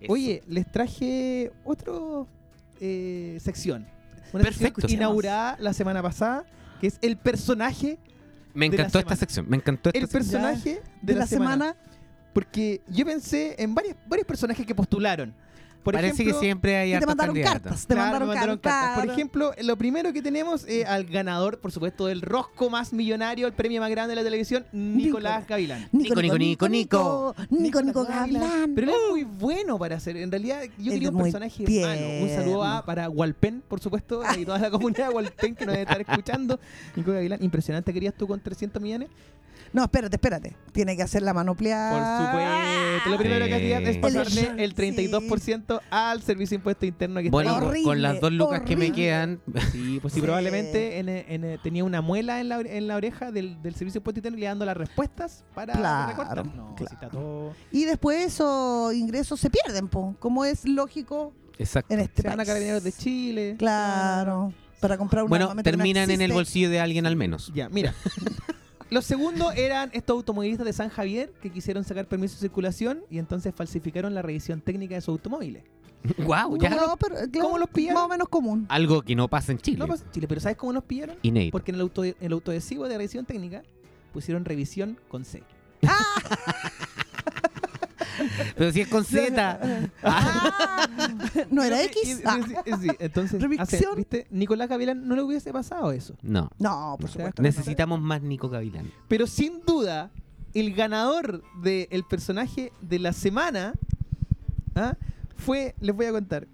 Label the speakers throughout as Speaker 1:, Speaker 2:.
Speaker 1: Eso.
Speaker 2: Oye, les traje otra sección. Una
Speaker 1: Perfecto.
Speaker 2: sección inaugurada la semana pasada, que es el personaje,
Speaker 1: me
Speaker 2: de la
Speaker 1: encantó esta
Speaker 2: semana.
Speaker 1: sección. Me encantó esta
Speaker 2: el
Speaker 1: sección.
Speaker 2: personaje de, la, semana. Porque yo pensé en varias, varios personajes que postularon. Por
Speaker 1: Parece
Speaker 2: ejemplo,
Speaker 1: que siempre hay
Speaker 3: Y te
Speaker 1: hartos
Speaker 3: mandaron
Speaker 1: candidatos.
Speaker 3: cartas, te
Speaker 2: Claro,
Speaker 3: mandaron,
Speaker 2: mandaron
Speaker 3: cartas.
Speaker 2: cartas. Por ejemplo, lo primero que tenemos eh, al ganador, por supuesto, del rosco más millonario, el premio más grande de la televisión, Nicolás
Speaker 3: Nicolás.
Speaker 2: Gavilán.
Speaker 1: Nico,
Speaker 3: Nico, Nico,
Speaker 1: Nico,
Speaker 3: Nico, Nico, Nico, Nico Gavilán.
Speaker 2: Pero él es muy bueno para hacer. En realidad, yo quería
Speaker 3: Él Uh. es
Speaker 2: un
Speaker 3: muy
Speaker 2: personaje humano. Un saludo a-
Speaker 3: tierno.
Speaker 2: para Walpen, por supuesto, y toda la comunidad de Walpen que nos debe estar escuchando. Nico Gavilán, impresionante querías tú con 300 millones.
Speaker 3: No, espérate, espérate. Tiene que hacer la manopleada.
Speaker 2: Por supuesto. Lo primero que hacía es
Speaker 1: Sí.
Speaker 2: pasarle el
Speaker 3: Ah. Sí.
Speaker 2: 32% al Servicio de Impuesto Interno que está
Speaker 1: Bueno,
Speaker 2: ahí.
Speaker 1: con- con
Speaker 3: Horrible,
Speaker 1: las dos lucas que me
Speaker 3: horrible.
Speaker 1: quedan,
Speaker 2: Sí, pues sí,
Speaker 3: Sí.
Speaker 2: probablemente en- en- eh, tenía una muela en la, ore- en la oreja del, del servicio de impuesto interno y le dando las respuestas para
Speaker 3: Claro,
Speaker 2: recortar. No,
Speaker 3: claro.
Speaker 2: si está todo.
Speaker 3: Y después esos ingresos se pierden, po, como es lógico
Speaker 1: exacto.
Speaker 3: en este
Speaker 2: Se van a
Speaker 3: país.
Speaker 2: carabineros de Chile.
Speaker 3: Claro, para comprar una
Speaker 1: Bueno,
Speaker 3: herramienta que no
Speaker 1: terminan en el
Speaker 3: existe.
Speaker 1: bolsillo de alguien al menos.
Speaker 2: Ya, mira. Los segundos eran estos automovilistas de San Javier que quisieron sacar permiso de circulación y entonces falsificaron la revisión técnica de sus automóviles.
Speaker 1: Wow, ya. Ah.
Speaker 3: No, pero, eh, claro,
Speaker 2: ¿Cómo los pillaron?
Speaker 3: Más o menos común.
Speaker 1: Algo que no pasa en Chile.
Speaker 2: No, pues, Chile, pero ¿sabes cómo los pillaron?
Speaker 1: Inédito.
Speaker 2: Porque en el, auto, en el autoadhesivo de revisión técnica pusieron revisión con C.
Speaker 1: Pero si es con Z.
Speaker 3: Ah, no era
Speaker 2: Y-
Speaker 3: X.
Speaker 2: y-
Speaker 3: Ah,
Speaker 2: y- sí, entonces,
Speaker 3: Revisión.
Speaker 2: hacen- ¿viste? Nicolás Gavilán no le hubiese pasado eso.
Speaker 1: No.
Speaker 3: no,
Speaker 2: O
Speaker 3: por
Speaker 2: sea,
Speaker 3: supuesto. que no.
Speaker 1: Necesitamos más Nico Gavilán.
Speaker 2: Pero sin duda, el ganador del personaje de la semana ¿ah? fue, les voy a contar,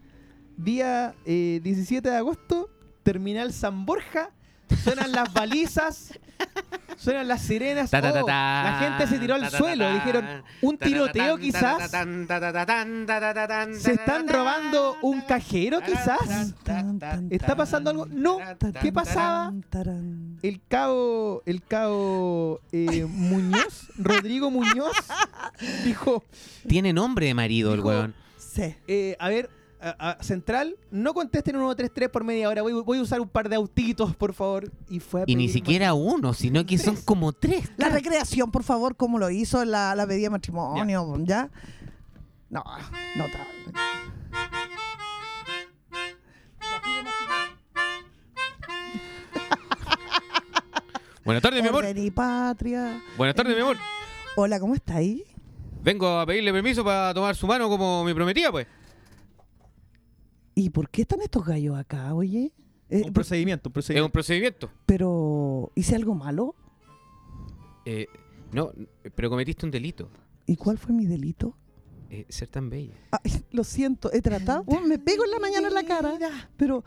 Speaker 2: día eh, 17 de agosto, Terminal San Borja, suenan las balizas, suenan las sirenas,
Speaker 1: Ta, ta, ta,
Speaker 2: oh,
Speaker 1: ta.
Speaker 2: la gente se tiró al
Speaker 1: Ta, ta, ta,
Speaker 2: suelo,
Speaker 1: ta.
Speaker 2: dijeron un tiroteo quizás, se están robando un cajero quizás, está pasando algo, no, ¿qué pasaba?
Speaker 3: Tarán, tarán.
Speaker 2: El cabo, el cabo eh, Muñoz, Rodrigo Muñoz, dijo,
Speaker 1: Tiene nombre de marido el
Speaker 2: Dijo-
Speaker 1: weón.
Speaker 3: Sí.
Speaker 2: eh, a ver, a- a- Central, no contesten 133 por media hora, voy, voy a usar un par de autitos, por favor. Y fue a
Speaker 1: Y ni
Speaker 2: pedir
Speaker 1: siquiera uno, sino que son
Speaker 2: Tres.
Speaker 1: como tres.
Speaker 3: La recreación, por favor, como lo hizo la, la pedida de matrimonio, ¿ya? No, no tal.
Speaker 1: Buenas tardes,
Speaker 3: Orden y patria.
Speaker 1: Buenas tardes, mi amor.
Speaker 3: Hola, ¿cómo está ahí?
Speaker 1: Vengo a pedirle permiso para tomar su mano como me prometía, pues.
Speaker 3: ¿Y por qué están estos gallos acá, oye? Eh,
Speaker 2: más- Un procedimiento, un procedimiento.
Speaker 1: procedimiento.
Speaker 3: pero, ¿hice algo malo?
Speaker 1: Eh, no, pero cometiste un delito.
Speaker 3: ¿Y cuál fue mi delito?
Speaker 1: Eh, ser tan bella.
Speaker 3: Ay, lo siento, he tratado. Oh, me pego en la mañana en la cara, pero.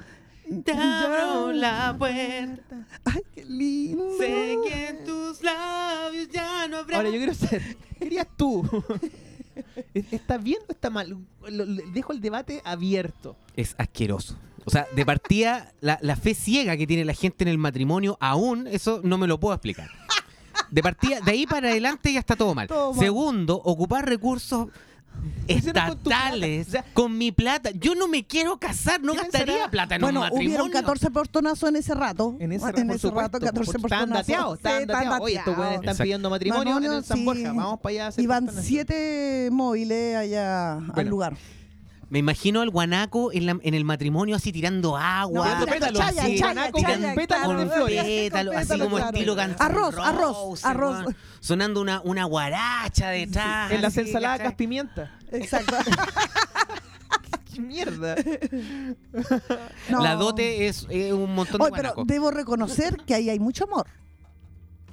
Speaker 1: la puerta.
Speaker 3: Ay, qué lindo.
Speaker 1: que en tus labios ya no habrá.
Speaker 2: Ahora yo quiero saber, ¿qué harías tú? ¿Está bien o está mal? Lo- lo- dejo el debate abierto.
Speaker 1: Es asqueroso. O sea, de partida, la, la fe ciega que tiene la gente en el matrimonio, aún eso no me lo puedo explicar. De partida, de ahí para adelante ya está todo mal.
Speaker 3: Todo mal.
Speaker 1: Segundo, ocupar recursos
Speaker 2: hicieron con tu
Speaker 1: estatales
Speaker 2: plata? O sea-
Speaker 1: con mi plata. Yo no me quiero casar, no
Speaker 2: ¿Quién
Speaker 1: gastaría
Speaker 2: será?
Speaker 1: plata en
Speaker 3: Bueno,
Speaker 1: un matrimonio.
Speaker 3: hubieron 14 portonazos en ese rato.
Speaker 2: En ese,
Speaker 3: en
Speaker 2: por
Speaker 3: ese
Speaker 2: supuesto,
Speaker 3: rato, 14
Speaker 2: porque Están
Speaker 3: portonazos.
Speaker 2: dateados,
Speaker 3: Sí,
Speaker 2: están dateados. Oye, estos güeyes están
Speaker 1: Exacto.
Speaker 2: pidiendo matrimonio en el
Speaker 3: Manolo,
Speaker 2: San
Speaker 3: sí.
Speaker 2: Borja. Vamos para allá. a hacer
Speaker 3: Y van
Speaker 2: portonazo.
Speaker 3: 7 móviles allá al
Speaker 2: Bueno.
Speaker 3: lugar.
Speaker 1: Me imagino al guanaco en, la- en el matrimonio así tirando agua.
Speaker 2: tirando
Speaker 3: mira,
Speaker 2: pétalos,
Speaker 3: chaya,
Speaker 2: sí,
Speaker 3: chaya,
Speaker 2: guanaco,
Speaker 3: chaya,
Speaker 2: con pétalos
Speaker 3: claro.
Speaker 2: de flores.
Speaker 1: pétalo, así
Speaker 3: pétalo,
Speaker 1: como
Speaker 3: claro.
Speaker 1: estilo Guns N'
Speaker 3: Arroz, arroz,
Speaker 1: Roses,
Speaker 3: arroz.
Speaker 1: weón. Sonando una, una guaracha detrás.
Speaker 2: En las
Speaker 1: así,
Speaker 2: ensaladas
Speaker 1: ¿cachai?
Speaker 2: las pimienta.
Speaker 3: Exacto.
Speaker 2: ¡Qué mierda!
Speaker 3: No.
Speaker 1: La dote es eh, un montón de
Speaker 3: Oye, pero
Speaker 1: guanaco.
Speaker 3: debo reconocer que ahí hay mucho amor.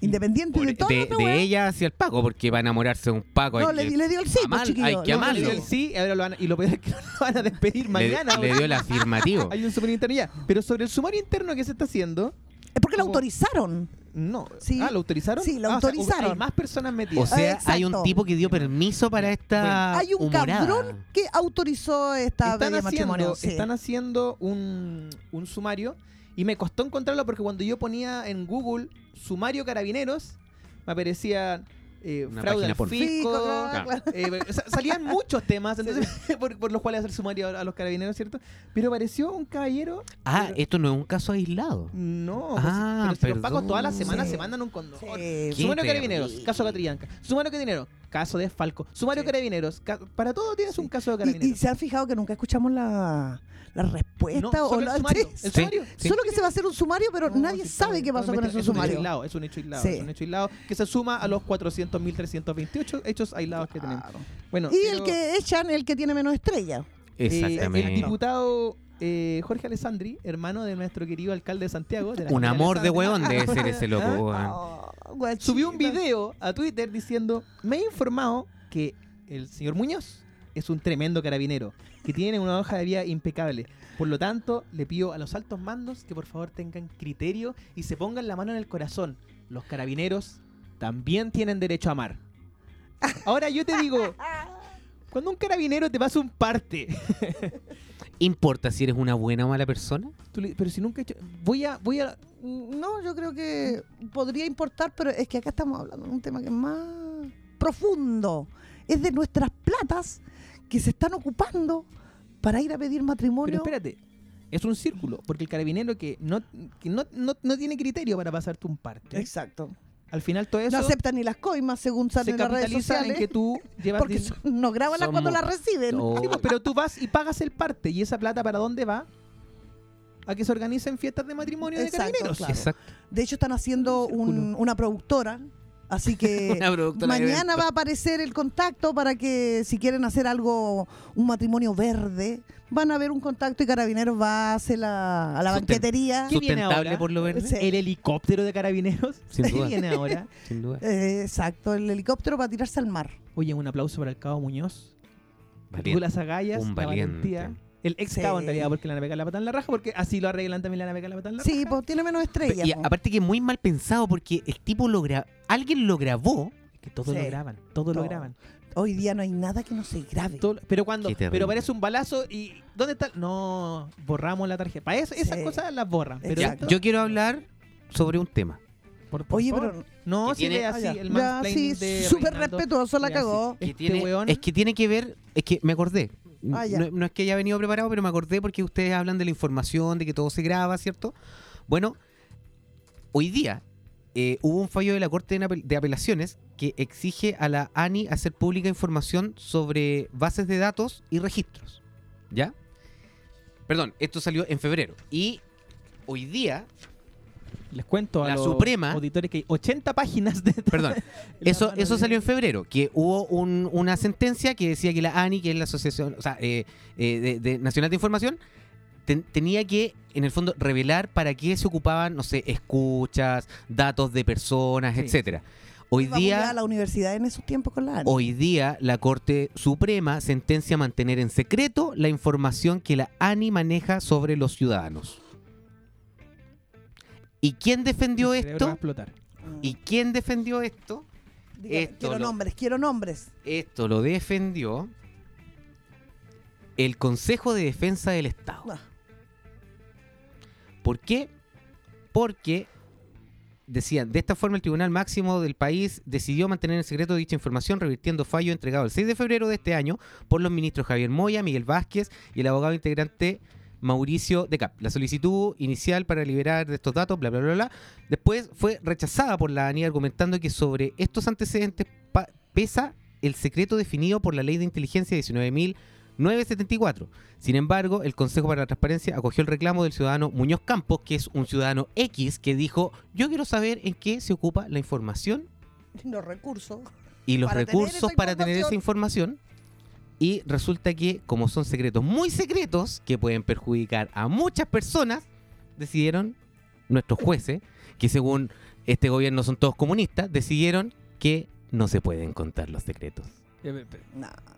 Speaker 3: Independiente de
Speaker 1: Pobre-
Speaker 3: todo.
Speaker 1: de,
Speaker 3: lo
Speaker 1: de
Speaker 3: otro,
Speaker 1: ella hacia el Paco, porque va a enamorarse de un Paco.
Speaker 3: No,
Speaker 1: hay
Speaker 3: le,
Speaker 1: que-
Speaker 3: le dio el sí,
Speaker 1: amar-
Speaker 3: pues, chiquillo.
Speaker 1: hay que
Speaker 3: lo-
Speaker 2: Le dio
Speaker 1: amarlo.
Speaker 2: el sí, ahora lo van a- y lo peor es que lo van a despedir
Speaker 1: le-
Speaker 2: mañana.
Speaker 1: le dio el afirmativo.
Speaker 2: Hay un sumario interno ya. Pero sobre el sumario interno que se está haciendo,
Speaker 3: Es porque lo
Speaker 2: Como-
Speaker 3: autorizaron.
Speaker 2: no.
Speaker 3: Sí.
Speaker 2: Ah, ¿lo autorizaron?
Speaker 3: Sí, lo
Speaker 2: Ah, o sea,
Speaker 3: autorizaron.
Speaker 2: hay más personas metidas.
Speaker 1: O sea, hay un
Speaker 3: Exacto.
Speaker 1: tipo que dio permiso para esta
Speaker 3: Hay un
Speaker 1: humorada.
Speaker 3: cabrón que autorizó esta
Speaker 2: están
Speaker 3: pedida de Ah, matrimonio.
Speaker 2: haciendo,
Speaker 3: sí.
Speaker 2: están haciendo un, un sumario y me costó encontrarlo porque cuando yo ponía en Google sumario carabineros, me aparecía eh,
Speaker 1: Una
Speaker 2: fraude
Speaker 1: página
Speaker 2: al
Speaker 1: porno.
Speaker 2: fisco,
Speaker 3: Fico, claro,
Speaker 1: Claro.
Speaker 2: eh, sa- salían muchos temas entonces, por, por los cuales hacer sumario a, a los carabineros, ¿cierto? Pero apareció un caballero,
Speaker 1: Ah, esto no es un caso aislado.
Speaker 2: no,
Speaker 1: Ah,
Speaker 2: pues, pero si los
Speaker 1: perdón.
Speaker 2: pagos todas las semanas
Speaker 3: Sí.
Speaker 2: se mandan un condón.
Speaker 3: Sí.
Speaker 1: ¿Qué?
Speaker 2: Sumano
Speaker 1: terrible.
Speaker 2: Carabineros, caso Catrillanca. Sumano Carabineros, caso de Falco. Sumario
Speaker 3: Sí.
Speaker 2: Carabineros. Ca- para todo tienes
Speaker 3: Sí.
Speaker 2: un caso de
Speaker 3: Y, y
Speaker 2: Carabineros.
Speaker 3: se han fijado que nunca escuchamos la, la
Speaker 2: no,
Speaker 3: respuesta o
Speaker 2: solo
Speaker 3: la-
Speaker 2: el sumario.
Speaker 3: sí,
Speaker 2: El
Speaker 1: sí.
Speaker 2: sumario.
Speaker 1: Sí.
Speaker 3: Solo que se va a hacer un sumario, pero
Speaker 2: No,
Speaker 3: nadie
Speaker 2: sí,
Speaker 3: sabe
Speaker 2: todo-
Speaker 3: qué pasó con
Speaker 2: totalmente
Speaker 3: ese
Speaker 2: Es un hecho
Speaker 3: sumario.
Speaker 2: aislado, es un hecho aislado,
Speaker 3: Sí.
Speaker 2: es un hecho aislado que se suma a los 400.328 hechos aislados que tenemos.
Speaker 3: Claro.
Speaker 2: Bueno,
Speaker 3: Y
Speaker 2: quiero-
Speaker 3: el que echan, el que tiene menos estrella.
Speaker 2: eh,
Speaker 1: Exactamente.
Speaker 2: el diputado eh, Jorge Alessandri, hermano de nuestro querido alcalde de Santiago. de la
Speaker 1: un
Speaker 2: familia
Speaker 1: amor de
Speaker 2: Alessandri,
Speaker 1: hueón debe ser ese loco,
Speaker 2: ¿Ah?
Speaker 1: weón.
Speaker 3: Oh, guachita.
Speaker 2: Subió un video a Twitter diciendo, me he informado que el señor Muñoz es un tremendo carabinero, que tiene una hoja de vida impecable. Por lo tanto, le pido a los altos mandos que por favor tengan criterio y se pongan la mano en el corazón. Los carabineros también tienen derecho a amar. Ahora yo te digo, cuando un carabinero te pasa un parte,
Speaker 1: ¿Importa si eres una buena o mala persona?
Speaker 2: tú le- pero si nunca he hecho- Voy a... Voy a
Speaker 3: No, yo creo que podría importar, pero es que acá estamos hablando de un tema que es más profundo. Es de nuestras platas que se están ocupando para ir a pedir
Speaker 2: Pero
Speaker 3: matrimonio.
Speaker 2: espérate, es un círculo, porque el carabinero que no, que no, no- no tiene criterio para pasarte un parte.
Speaker 3: Exacto.
Speaker 2: Al final todo ¿eh? eso
Speaker 3: no aceptan ni las coimas, según salen
Speaker 2: se
Speaker 3: en las redes
Speaker 2: capitaliza en
Speaker 3: sociales.
Speaker 2: que tú llevas
Speaker 3: Porque
Speaker 2: dinero.
Speaker 3: son- no graban las
Speaker 1: Somos-
Speaker 3: cuando las reciben.
Speaker 1: Oh,
Speaker 2: Sí, pues, pero tú vas y pagas el parte y esa plata para dónde va? A que se organicen fiestas de matrimonio
Speaker 3: Exacto,
Speaker 2: de carabineros.
Speaker 3: claro.
Speaker 1: Exacto.
Speaker 3: De hecho, están haciendo
Speaker 2: Círculo.
Speaker 3: un- una productora. Así que
Speaker 1: Una productora de
Speaker 3: eh, mañana
Speaker 1: eventos.
Speaker 3: va a aparecer el contacto para que si quieren hacer algo, un matrimonio verde, van a ver un contacto y Carabineros va a hacer la, a la
Speaker 1: Susten-
Speaker 3: banquetería.
Speaker 2: ¿Qué viene
Speaker 1: Sustentable
Speaker 2: ahora?
Speaker 1: por lo verde.
Speaker 3: Sí.
Speaker 2: El helicóptero de carabineros
Speaker 1: Sin
Speaker 2: ¿Qué
Speaker 1: duda.
Speaker 2: viene ahora.
Speaker 1: Sin duda.
Speaker 3: Eh, exacto, el helicóptero para tirarse al mar.
Speaker 2: Oye, un aplauso para el cabo Muñoz. Tú
Speaker 1: Valiente.
Speaker 2: las agallas,
Speaker 1: Un
Speaker 2: la
Speaker 1: valiente.
Speaker 2: valentía. El ex
Speaker 3: Sí.
Speaker 2: cabo en realidad, porque la navega la pata en la raja, porque así lo arreglan también la navega la pata en la
Speaker 3: Sí,
Speaker 2: raja.
Speaker 3: pues tiene menos
Speaker 1: Pero-
Speaker 3: estrellas.
Speaker 1: Y
Speaker 3: po.
Speaker 1: aparte que muy mal pensado porque el tipo lo gra- alguien lo grabó
Speaker 2: que todo
Speaker 3: Sí.
Speaker 2: lo graban, todo,
Speaker 3: Todo.
Speaker 2: lo graban.
Speaker 3: Hoy día no hay nada que no se grabe.
Speaker 2: Todo- pero cuando,
Speaker 1: Qué terrible.
Speaker 2: pero aparece un balazo y ¿dónde está? No, borramos la tarjeta. Para eso, esas
Speaker 3: Sí.
Speaker 2: cosas las borran. Pero
Speaker 1: Ya,
Speaker 3: Exacto.
Speaker 1: yo quiero hablar sobre un tema.
Speaker 2: por- por
Speaker 3: Oye,
Speaker 2: favor.
Speaker 3: pero
Speaker 2: No,
Speaker 1: Que
Speaker 2: sí,
Speaker 1: tiene-
Speaker 2: ve así,
Speaker 3: Ah, ya.
Speaker 2: el
Speaker 3: Ya, sí,
Speaker 2: mansplaining de
Speaker 3: súper
Speaker 2: Reinaldo.
Speaker 3: respetuoso, la
Speaker 2: Mira, sí.
Speaker 3: cagó.
Speaker 1: Que
Speaker 2: Este
Speaker 1: tiene-
Speaker 2: weón-
Speaker 1: es que tiene que ver, es que me acordé.
Speaker 3: Ah, ya.
Speaker 1: no, no es que haya venido preparado, pero me acordé porque ustedes hablan de la información, de que todo se graba, ¿cierto? Bueno, hoy día eh, hubo un fallo de la Corte de Apel- de Apelaciones que exige a la ANI hacer pública información sobre bases de datos y registros. ¿Ya? Perdón, esto salió en febrero. Y hoy día,
Speaker 2: Les cuento a
Speaker 1: La
Speaker 2: los
Speaker 1: Suprema-
Speaker 2: auditores que hay 80 páginas de...
Speaker 1: perdón, Eso, eso salió en febrero, que hubo un- una sentencia que decía que la ANI, que es la Asociación o sea, eh, eh, de, de Nacional de Información, ten- tenía que, en el fondo, revelar para qué se ocupaban, no sé, escuchas, datos de personas,
Speaker 2: Sí.
Speaker 1: etcétera. Hoy
Speaker 3: iba a
Speaker 1: día,
Speaker 3: a la universidad en esos tiempos con la ANI.
Speaker 1: hoy día, la Corte Suprema sentencia mantener en secreto la información que la ANI maneja sobre los ciudadanos. ¿Y quién defendió
Speaker 2: Mi cerebro va a
Speaker 1: esto?
Speaker 2: explotar.
Speaker 3: Mm.
Speaker 1: ¿Y quién defendió esto?
Speaker 3: Dígame,
Speaker 1: esto
Speaker 3: quiero
Speaker 1: lo-
Speaker 3: nombres, quiero nombres.
Speaker 1: Esto lo defendió el Consejo de Defensa del Estado.
Speaker 3: Ah,
Speaker 1: ¿Por qué? Porque decían, de esta forma el Tribunal Máximo del país decidió mantener en secreto dicha información, revirtiendo fallo entregado el 6 de febrero de este año por los ministros Javier Moya, Miguel Vázquez y el abogado integrante Mauricio de Cap. La solicitud inicial para liberar de estos datos, bla, bla, bla, bla, después fue rechazada por la ANI argumentando que sobre estos antecedentes pa- pesa el secreto definido por la Ley de Inteligencia 19.974. Sin embargo, el Consejo para la Transparencia acogió el reclamo del ciudadano Muñoz Campos, que es un ciudadano X, que dijo, yo quiero saber en qué se ocupa la información
Speaker 3: Los recursos.
Speaker 1: y los
Speaker 3: Para tener
Speaker 1: recursos
Speaker 3: esa
Speaker 1: para tener esa
Speaker 3: información.
Speaker 1: información. Y resulta que, como son secretos muy secretos, que pueden perjudicar a muchas personas, decidieron nuestros jueces, que según este gobierno son todos comunistas, decidieron que no se pueden contar los secretos.
Speaker 3: Nah.
Speaker 2: Eh,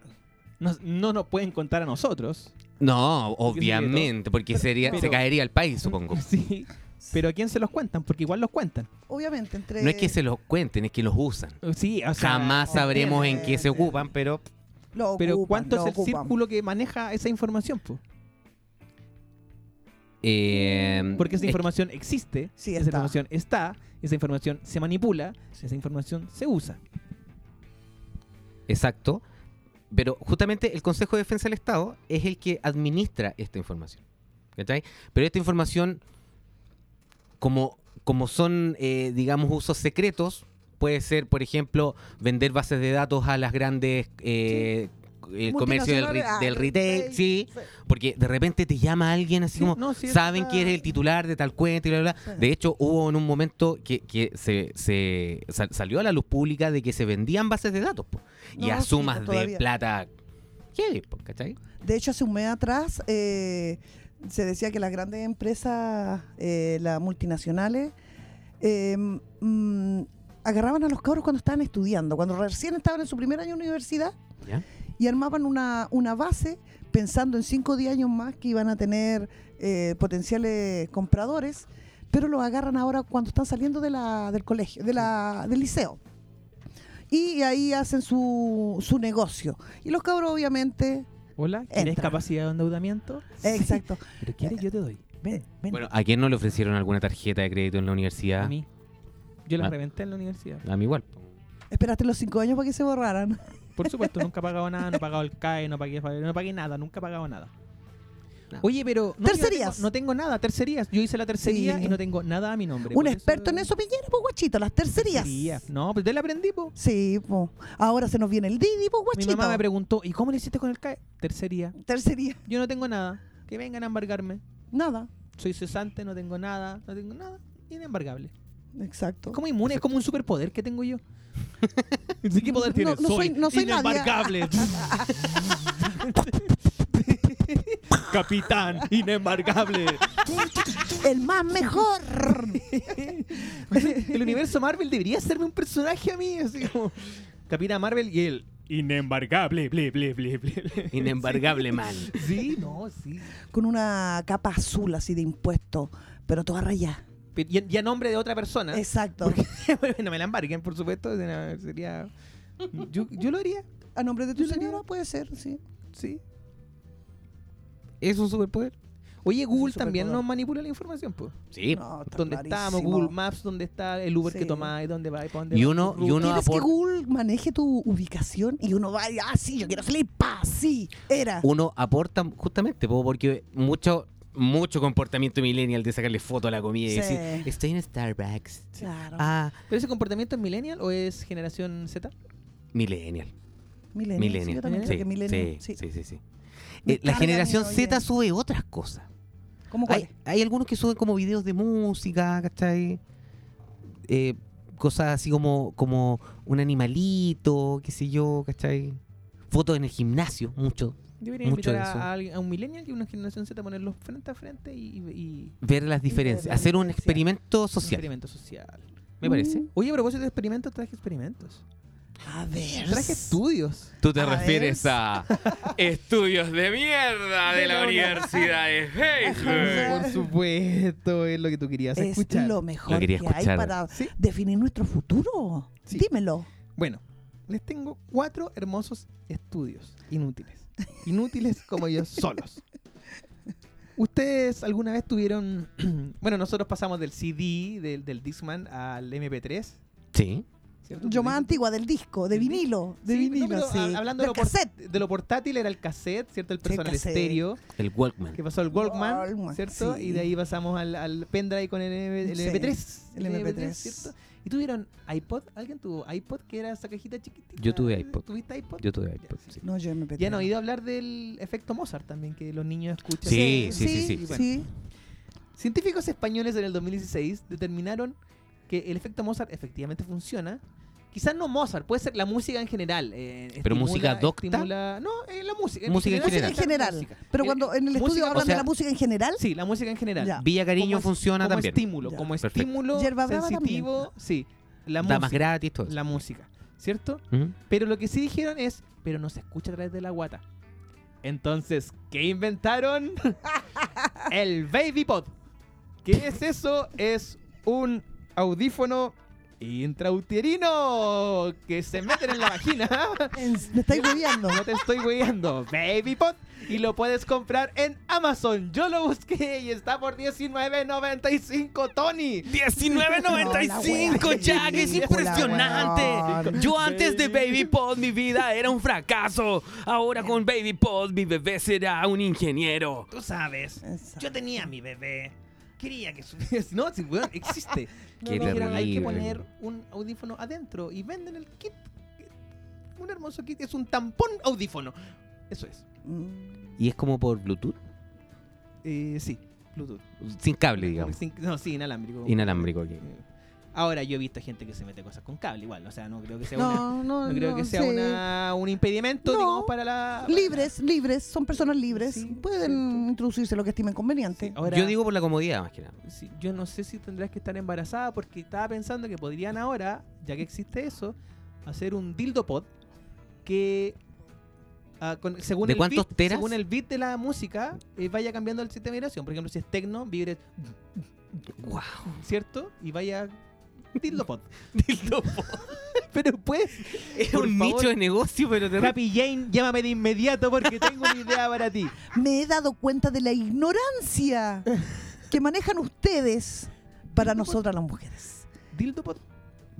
Speaker 2: No, no nos pueden contar a nosotros.
Speaker 1: No,
Speaker 2: Porque secreto.
Speaker 1: obviamente, porque sería, se
Speaker 2: pero-
Speaker 1: caería el país, supongo.
Speaker 2: Sí, pero ¿a quién se los cuentan? Porque igual los cuentan.
Speaker 3: Obviamente, entre.
Speaker 1: No es que se los cuenten, es que los usan.
Speaker 2: Sí, o sea...
Speaker 1: Jamás sabremos en qué se
Speaker 3: obviamente.
Speaker 1: ocupan, pero
Speaker 3: Lo
Speaker 2: Pero
Speaker 3: ocupan,
Speaker 2: ¿cuánto
Speaker 3: lo
Speaker 2: es el
Speaker 3: ocupan.
Speaker 2: círculo que maneja esa información? po?
Speaker 1: eh,
Speaker 2: Porque esa
Speaker 1: es-
Speaker 2: información existe,
Speaker 3: Sí,
Speaker 2: esa
Speaker 3: está.
Speaker 2: información está, esa información se manipula, esa información se usa.
Speaker 1: Exacto. Pero justamente el Consejo de Defensa del Estado es el que administra esta información. ¿Cachai? Pero esta información, como, como son, eh, digamos, usos secretos, Puede ser, por ejemplo, vender bases de datos a las grandes eh, eh, comercios del, re-
Speaker 3: Multinacionales,
Speaker 1: del
Speaker 3: ah,
Speaker 1: retail, sí. Porque de repente te llama alguien así
Speaker 2: Sí,
Speaker 1: como,
Speaker 2: no, sí, eso
Speaker 1: saben
Speaker 2: está-
Speaker 1: que eres el titular de tal cuenta y bla, bla, bla.
Speaker 3: Sí.
Speaker 1: De hecho, hubo en un momento que, que se, se sal- salió a la luz pública de que se vendían bases de datos po, y
Speaker 3: No,
Speaker 1: a
Speaker 3: sí,
Speaker 1: sumas
Speaker 3: pues,
Speaker 1: de
Speaker 3: todavía.
Speaker 1: plata heavy, po, ¿cachai?
Speaker 3: De hecho, hace un mes atrás eh, se decía que las grandes empresas, eh, las multinacionales, eh, mm, agarraban a los cabros cuando estaban estudiando, cuando recién estaban en su primer año de universidad,
Speaker 1: ¿Ya?
Speaker 3: y armaban una, una base pensando en 5 o 10 años más que iban a tener eh, potenciales compradores, pero los agarran ahora cuando están saliendo de la, del colegio, de la, del liceo. Y ahí hacen su, su negocio. Y los cabros obviamente...
Speaker 2: Hola, ¿tienes
Speaker 3: Entra.
Speaker 2: capacidad de endeudamiento?
Speaker 3: Exacto.
Speaker 2: Sí, Pero quieres, yo te doy. Ven, ven.
Speaker 1: Bueno, ¿a quién no le ofrecieron alguna tarjeta de crédito en la universidad?
Speaker 2: a mí. Yo la
Speaker 1: Ah.
Speaker 2: reventé en la universidad.
Speaker 1: A mí igual. po.
Speaker 3: Esperaste los cinco años para que se borraran.
Speaker 2: Por supuesto, nunca he pagado nada, no he pagado el CAE, no pagué, no pagué nada, nunca he pagado nada.
Speaker 1: No.
Speaker 2: Oye, pero. No, yo no
Speaker 3: Tercerías.
Speaker 2: tengo- No tengo, nada, tercerías. Yo hice la tercería
Speaker 3: Sí.
Speaker 2: y no tengo nada a mi nombre.
Speaker 3: Un
Speaker 2: por
Speaker 3: experto en eso, Piñera, pues guachito, las tercerías.
Speaker 2: Tercerías. No, pero te la aprendí, po.
Speaker 3: Sí, pues. Ahora se nos viene el Didi, pues
Speaker 2: Mi
Speaker 3: guachito.
Speaker 2: mamá me preguntó, ¿y cómo lo hiciste con el CAE? Tercería.
Speaker 3: Tercería,
Speaker 2: Yo no tengo nada. Que vengan a embargarme.
Speaker 3: nada.
Speaker 2: Soy cesante, no tengo nada, no tengo nada. Inembargable.
Speaker 3: Oh, Exacto.
Speaker 2: Es como inmune, es como un superpoder que tengo yo. Sí, ¿Qué poder
Speaker 3: No,
Speaker 2: tienes?
Speaker 3: no soy- no soy nadie.
Speaker 2: inembargable. Capitán, inembargable.
Speaker 3: El más mejor.
Speaker 2: El universo Marvel debería hacerme un personaje a mí, así como Capitán Marvel y él. Inembargable, ble, ble, ble, ble, ble.
Speaker 1: Inembargable man.
Speaker 2: Sí, no, sí.
Speaker 3: Con una capa azul así de impuesto, pero toda rayada.
Speaker 2: Pero Y, y a nombre de otra persona.
Speaker 3: Exacto.
Speaker 2: Porque no me la embarguen, por supuesto. de nada, Sería. Yo, yo lo haría,
Speaker 3: A nombre de tu
Speaker 2: Yo sería-
Speaker 3: señora puede ser, sí.
Speaker 2: sí.
Speaker 1: ¿Es un superpoder?
Speaker 2: Oye, Google
Speaker 3: superpoder.
Speaker 2: también nos manipula la información, pues.
Speaker 1: Sí.
Speaker 3: No, está
Speaker 2: ¿Dónde
Speaker 3: clarísimo.
Speaker 2: estamos? Google Maps, ¿dónde está el Uber
Speaker 3: Sí.
Speaker 2: que tomáis? ¿Dónde vais? ¿Para dónde
Speaker 1: Y
Speaker 2: vais?
Speaker 1: uno-
Speaker 2: ¿Tu
Speaker 1: y uno-
Speaker 3: ¿Quieres que
Speaker 1: aporta-
Speaker 3: Google maneje tu ubicación? Y uno va y, ah, sí, yo quiero salir, pa, sí, era.
Speaker 1: Uno aporta justamente, po, porque mucho mucho comportamiento millennial de sacarle foto a la comida y
Speaker 3: Sí.
Speaker 1: decir, estoy en Starbucks.
Speaker 3: Claro.
Speaker 1: Ah,
Speaker 2: ¿Pero ese comportamiento es millennial o es generación Z?
Speaker 1: millennial.
Speaker 3: Millennial, sí, yo
Speaker 1: Millennial.
Speaker 3: también creo
Speaker 1: Sí,
Speaker 3: que millennial,
Speaker 1: sí,
Speaker 3: sí.
Speaker 1: sí, sí, sí.
Speaker 3: Me
Speaker 1: Eh, la
Speaker 3: carga,
Speaker 1: generación
Speaker 3: amigo,
Speaker 1: Z
Speaker 3: oye.
Speaker 1: sube otras cosas.
Speaker 3: ¿Cómo cuál?
Speaker 1: Hay, hay algunos que suben como videos de música, ¿cachai? Eh, cosas así como, como un animalito, qué sé yo, ¿cachai? Fotos en el gimnasio, mucho.
Speaker 2: Debería
Speaker 1: Mucho
Speaker 2: invitar
Speaker 1: de eso.
Speaker 2: a, a alguien- a un millennial y una generación Z a ponerlos frente a frente y, y-
Speaker 1: Ver las diferencias, hacer un
Speaker 3: diferencias.
Speaker 1: experimento
Speaker 2: un
Speaker 1: social,
Speaker 2: experimento social.
Speaker 1: me parece.
Speaker 3: Mm.
Speaker 2: Oye, a propósito de experimentos, traje experimentos.
Speaker 3: A ver.
Speaker 2: Traje estudios.
Speaker 1: Tú
Speaker 3: te A refieres ver.
Speaker 1: a estudios de mierda
Speaker 3: de la
Speaker 1: Universidad de
Speaker 3: Heidelberg.
Speaker 2: Por supuesto, es lo que tú querías
Speaker 3: Es
Speaker 2: escuchar.
Speaker 3: lo mejor
Speaker 1: Lo
Speaker 3: que
Speaker 1: quería escuchar.
Speaker 3: hay para
Speaker 2: Sí.
Speaker 3: definir nuestro futuro.
Speaker 2: Sí.
Speaker 3: Dímelo.
Speaker 2: Bueno, les tengo cuatro hermosos estudios inútiles. Inútiles como ellos solos. ¿Ustedes alguna vez tuvieron... bueno, nosotros pasamos del CD, del, del Discman, al MP3,
Speaker 1: Sí.
Speaker 2: ¿cierto?
Speaker 3: Yo más antigua del disco, de
Speaker 2: ¿Del
Speaker 3: vinilo, de
Speaker 2: Sí, no,
Speaker 3: vinilo,
Speaker 2: pero
Speaker 3: sí.
Speaker 2: hab- hablando de
Speaker 3: del
Speaker 2: lo por-
Speaker 3: cassette.
Speaker 2: De lo portátil era el cassette, ¿cierto? El personal
Speaker 3: cassette.
Speaker 2: estéreo,
Speaker 1: el Walkman.
Speaker 2: que pasó al Walkman,
Speaker 3: Walkman,
Speaker 2: ¿cierto?
Speaker 3: sí.
Speaker 2: Y de ahí pasamos al, al pendrive con el, M- el
Speaker 3: Sí,
Speaker 2: MP3.
Speaker 3: el MP3.
Speaker 2: ¿cierto? ¿Y tuvieron iPod? ¿Alguien tuvo iPod que era esa cajita chiquitita?
Speaker 1: Yo tuve iPod.
Speaker 2: ¿Tuviste iPod?
Speaker 1: Yo tuve iPod, sí.
Speaker 3: No, yo me
Speaker 2: Ya han oído hablar del efecto Mozart también, que los niños escuchan.
Speaker 1: Sí, sí, sí,
Speaker 3: sí,
Speaker 1: sí.
Speaker 3: sí.
Speaker 2: Científicos españoles en el 2016 determinaron que el efecto Mozart efectivamente funciona. Quizás no Mozart, puede ser la música en general. eh,
Speaker 1: ¿Pero música docta?
Speaker 2: estimula- no, eh, la música.
Speaker 1: Música en
Speaker 3: Música en
Speaker 2: escuchar
Speaker 3: general.
Speaker 2: música.
Speaker 3: Pero
Speaker 2: Eh,
Speaker 3: cuando en el
Speaker 2: música-
Speaker 3: estudio
Speaker 2: o
Speaker 3: hablan
Speaker 1: sea-
Speaker 3: de la música en general,
Speaker 2: Sí, la música en general.
Speaker 3: Ya.
Speaker 1: Villa Cariño
Speaker 2: Ah, Como es-
Speaker 1: funciona
Speaker 2: como
Speaker 1: también.
Speaker 2: estímulo,
Speaker 3: Ya.
Speaker 2: como
Speaker 1: Perfecto.
Speaker 2: estímulo
Speaker 3: Yerba brava también.
Speaker 2: sensitivo. Sí, la
Speaker 1: Damas
Speaker 2: música.
Speaker 1: gratis, todo eso. ¿Mm?
Speaker 2: La música, ¿cierto?
Speaker 1: Ujú.
Speaker 2: Pero lo que sí dijeron es, pero no se escucha a través de la guata. Entonces, ¿qué inventaron? el Baby Pod. ¿Qué es eso? Es un audífono intrauterino que se meten en la vagina.
Speaker 3: en- me estáis hueviando.
Speaker 2: No te estoy guiando, Baby Pod. Y lo puedes comprar en Amazon. Yo lo busqué y está por 19.95, Tony.
Speaker 1: 19.95,
Speaker 3: No, la wea,
Speaker 1: Jack, es
Speaker 3: ridícula,
Speaker 1: impresionante.
Speaker 3: weón.
Speaker 1: Yo antes de Baby Pod mi vida era un fracaso. Ahora con Baby Pod mi bebé será un ingeniero.
Speaker 2: Tú sabes.
Speaker 3: Exacto.
Speaker 2: tenía mi bebé. porquería que subías. No, si weón, existe.
Speaker 1: Qué
Speaker 2: Y dijeron, hay
Speaker 1: terrible.
Speaker 2: que poner un audífono adentro y venden el kit. Un hermoso kit, es un tampón audífono. Eso es.
Speaker 3: Mm.
Speaker 1: Y es como por Bluetooth,
Speaker 2: Eh, sí, Bluetooth.
Speaker 1: sin cable, digamos,
Speaker 2: Sin- no, sí, inalámbrico. Eh,
Speaker 1: inalámbrico. aquí.
Speaker 2: Ahora yo he visto gente que se mete cosas con cable igual, o sea, no creo que sea una-
Speaker 3: No, no,
Speaker 2: no creo que sea
Speaker 3: sí.
Speaker 2: una, un impedimento
Speaker 3: No.
Speaker 2: digamos, para la
Speaker 3: Libres, libres, son personas libres.
Speaker 2: Sí,
Speaker 3: Pueden
Speaker 2: cierto.
Speaker 3: introducirse lo que estimen conveniente.
Speaker 2: Sí, ahora-
Speaker 1: Yo digo por la comodidad, más que nada.
Speaker 2: Sí, yo no sé si tendrás que estar embarazada porque estaba pensando que podrían ahora, ya que existe eso, hacer un dildo pod que ah, con- según,
Speaker 1: ¿De
Speaker 2: el
Speaker 1: cuántos
Speaker 2: beat,
Speaker 1: teras?
Speaker 2: según el beat de la música eh, vaya cambiando el sistema de vibración. Por ejemplo, si es tecno, vibre,
Speaker 1: Guau.
Speaker 2: ¿cierto? Y vaya dildo pod. dildo pod. Pero pues,
Speaker 1: Es
Speaker 2: Por
Speaker 1: un
Speaker 2: favor.
Speaker 1: nicho de negocio, pero te
Speaker 2: Happy Jane, llámame de inmediato porque tengo una idea para ti.
Speaker 3: Me he dado cuenta de la ignorancia que manejan ustedes para nosotras las mujeres.
Speaker 2: Dildo pod.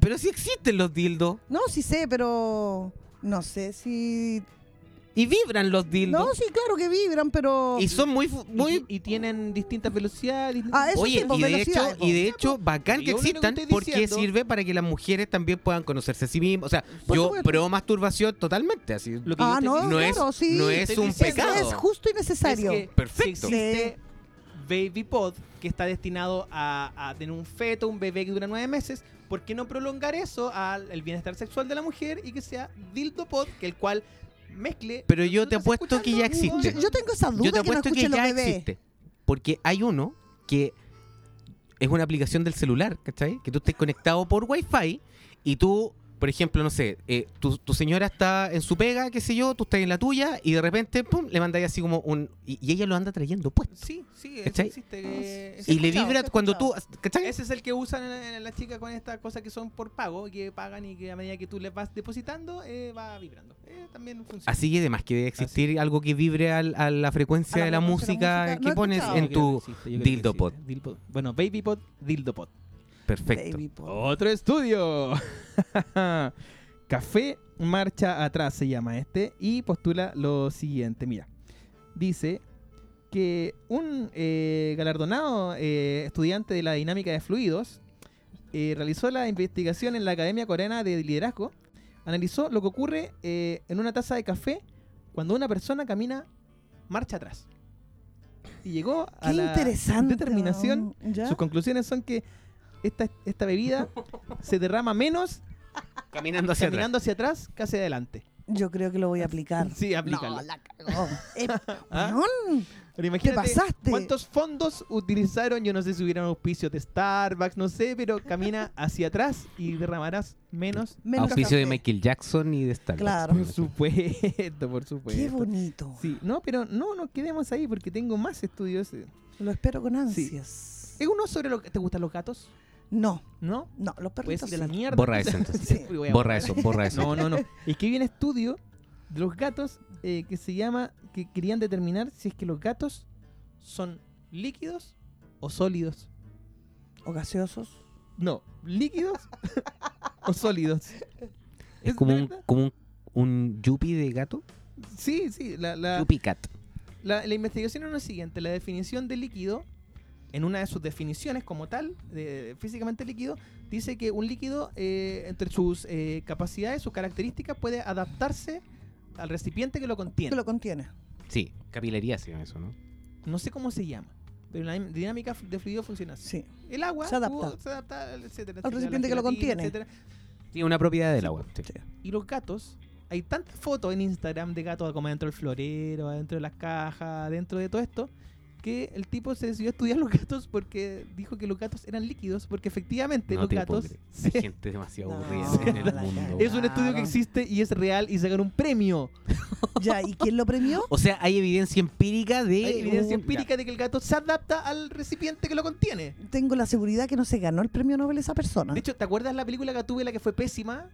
Speaker 1: Pero sí existen los dildos.
Speaker 3: No, sí sé, pero no sé si...
Speaker 1: Y vibran los
Speaker 3: No,
Speaker 1: dildos.
Speaker 3: sí, claro que vibran, pero...
Speaker 1: y son muy... fu- muy
Speaker 2: Y, y tienen distintas velocidades. distintas-
Speaker 3: Ah, eso
Speaker 1: Oye,
Speaker 3: sí, pues,
Speaker 1: y de, hecho,
Speaker 3: velocidad,
Speaker 1: y de
Speaker 3: pues.
Speaker 1: hecho, bacán que
Speaker 2: Yo lo único que
Speaker 1: existan
Speaker 2: estoy
Speaker 1: porque
Speaker 2: diciendo-
Speaker 1: sirve para que las mujeres también puedan conocerse a sí mismas. O sea,
Speaker 3: Por
Speaker 1: yo
Speaker 3: supuesto.
Speaker 1: pro masturbación totalmente, así.
Speaker 2: Lo que yo
Speaker 3: Ah,
Speaker 2: te
Speaker 3: no,
Speaker 2: digo
Speaker 1: no
Speaker 3: claro,
Speaker 1: es,
Speaker 3: sí.
Speaker 1: no es
Speaker 2: Estoy
Speaker 1: un
Speaker 2: diciendo-
Speaker 1: pecado.
Speaker 3: Es justo y necesario.
Speaker 2: Es que
Speaker 1: Perfecto.
Speaker 2: si existe Baby Pod, que está destinado a, a tener un feto, un bebé que dura nueve meses, ¿por qué no prolongar eso al al bienestar sexual de la mujer y que sea Dildo Pod, que el cual mezcle.
Speaker 1: Pero yo
Speaker 2: ¿Tú
Speaker 1: te
Speaker 2: estás
Speaker 1: apuesto que ya
Speaker 2: escuchando?
Speaker 1: existe.
Speaker 3: Yo, yo tengo esa duda
Speaker 1: Yo te
Speaker 3: que no
Speaker 1: apuesto que,
Speaker 3: escuchen los
Speaker 1: ya
Speaker 3: bebés.
Speaker 1: existe. Porque hay uno que es una aplicación del celular, ¿cachai? Que tú estés conectado por Wi-Fi y tú, por ejemplo, no sé, eh, tu, tu señora está en su pega, qué sé yo, tú estás en la tuya y de repente, pum, le mandáis así como un... Y, y ella lo anda trayendo puesto.
Speaker 2: Sí, sí, eso
Speaker 1: ¿Cachai?
Speaker 2: existe. eh,
Speaker 3: Ah, sí.
Speaker 2: eso
Speaker 1: Y le
Speaker 3: escuchado,
Speaker 1: vibra
Speaker 3: sí he
Speaker 1: cuando tú... ¿Cachai?
Speaker 2: Ese es el que usan en, en las chicas con estas cosas que son por pago, que pagan y que a medida que tú les vas depositando, eh, va vibrando. Eh, también funciona.
Speaker 1: Así que además que debe existir algo que vibre al- a la frecuencia
Speaker 3: A la
Speaker 1: de la
Speaker 3: frecuencia de la
Speaker 1: música,
Speaker 3: música.
Speaker 1: que
Speaker 3: No he
Speaker 1: pones
Speaker 3: escuchado.
Speaker 1: en
Speaker 2: Ah, Yo creo
Speaker 1: tu...
Speaker 2: que existe, yo creo que
Speaker 1: dildo
Speaker 2: existe.
Speaker 1: pod.
Speaker 2: Dildo- Bueno, Baby Pod, Dildo Pod.
Speaker 1: Perfecto.
Speaker 3: Baby, po.
Speaker 2: Otro estudio. Café Marcha Atrás se llama este y postula lo siguiente. Mira, dice que un eh, galardonado eh, estudiante de la dinámica de fluidos eh, realizó la investigación en la Academia Coreana de Liderazgo. Analizó lo que ocurre eh, en una taza de café cuando una persona camina marcha atrás. Y llegó
Speaker 3: Qué
Speaker 2: a la
Speaker 3: interesante.
Speaker 2: determinación
Speaker 3: weón. ¿Ya?
Speaker 2: sus conclusiones son que esta, esta bebida se derrama menos
Speaker 1: Caminando hacia atrás.
Speaker 2: caminando hacia atrás que hacia adelante.
Speaker 3: Yo creo que lo voy a aplicar.
Speaker 2: Ah, Sí, aplícala.
Speaker 3: No, la cagó. Eh,
Speaker 2: ¿Ah?
Speaker 3: weón,
Speaker 2: Pero
Speaker 3: te
Speaker 2: imagínate
Speaker 3: pasaste.
Speaker 2: cuántos fondos utilizaron. Yo no sé si hubieran auspicios de Starbucks, no sé, pero camina hacia atrás y derramarás menos.
Speaker 3: Menos
Speaker 1: Auspicio de
Speaker 3: café.
Speaker 1: Michael Jackson y de Starbucks.
Speaker 3: Claro.
Speaker 2: Por supuesto, por supuesto.
Speaker 3: Qué bonito.
Speaker 2: Sí, no, pero no nos quedemos ahí porque tengo más estudios. ¿Es
Speaker 3: Lo espero con
Speaker 2: Sí.
Speaker 3: ansias.
Speaker 2: uno sobre lo que te gustan los gatos?
Speaker 3: No,
Speaker 2: ¿No?
Speaker 3: no, los
Speaker 2: Puedes
Speaker 3: perritos.
Speaker 2: ir a la
Speaker 3: sí.
Speaker 2: mierda.
Speaker 1: Borra eso entonces.
Speaker 3: Sí.
Speaker 2: Uy, voy a
Speaker 1: Borra
Speaker 2: borrar.
Speaker 1: eso, borra eso.
Speaker 2: No, no, no. Ah, Es que hay un estudio de los gatos eh, que se llama, que querían determinar si es que los gatos son líquidos o sólidos.
Speaker 3: O gaseosos.
Speaker 2: No, líquidos o sólidos.
Speaker 1: Es como un,
Speaker 2: verdad?
Speaker 1: como un, un yuppie de gato.
Speaker 2: Sí, sí, la, la,
Speaker 1: Yuppie cat.
Speaker 2: la- la investigación era la siguiente, la definición de líquido, en una de sus definiciones como tal, de- físicamente líquido, dice que un líquido eh, entre sus eh, capacidades, sus características, puede adaptarse al recipiente que lo
Speaker 3: Que
Speaker 2: contiene.
Speaker 3: lo contiene.
Speaker 1: Sí, capilaría se llama eso, ¿no?
Speaker 2: no sé cómo se llama, pero la din- dinámica de fluido funciona así.
Speaker 3: Sí.
Speaker 2: El agua
Speaker 3: Se adapta.
Speaker 2: uh, se adapta, etcétera,
Speaker 3: Al
Speaker 2: etcétera,
Speaker 3: recipiente
Speaker 2: la
Speaker 3: que lo
Speaker 2: gelatina,
Speaker 3: contiene.
Speaker 2: etcétera.
Speaker 1: Sí, una propiedad del agua. sí.
Speaker 2: Y los gatos, hay tantas fotos en Instagram de gatos como adentro del florero, adentro de las cajas, adentro de todo esto, que el tipo se decidió a estudiar los gatos porque dijo que los gatos eran líquidos, porque efectivamente
Speaker 1: No
Speaker 2: los
Speaker 1: te
Speaker 2: gatos...
Speaker 1: puedo creer.
Speaker 2: Sí.
Speaker 1: Hay gente demasiado
Speaker 3: No,
Speaker 1: aburrida en el
Speaker 3: la
Speaker 1: mundo.
Speaker 3: cagada.
Speaker 2: Es un estudio que existe y es real y sacaron un premio.
Speaker 3: Ya, ¿y quién lo premió?
Speaker 1: O sea, hay evidencia empírica de.
Speaker 2: Hay
Speaker 3: uh,
Speaker 2: evidencia
Speaker 1: un-
Speaker 2: empírica de que el gato se adapta al recipiente que lo contiene.
Speaker 3: Tengo la seguridad que no se ganó el premio Nobel esa persona.
Speaker 2: De hecho, ¿te acuerdas la película Gatúbela que fue pésima?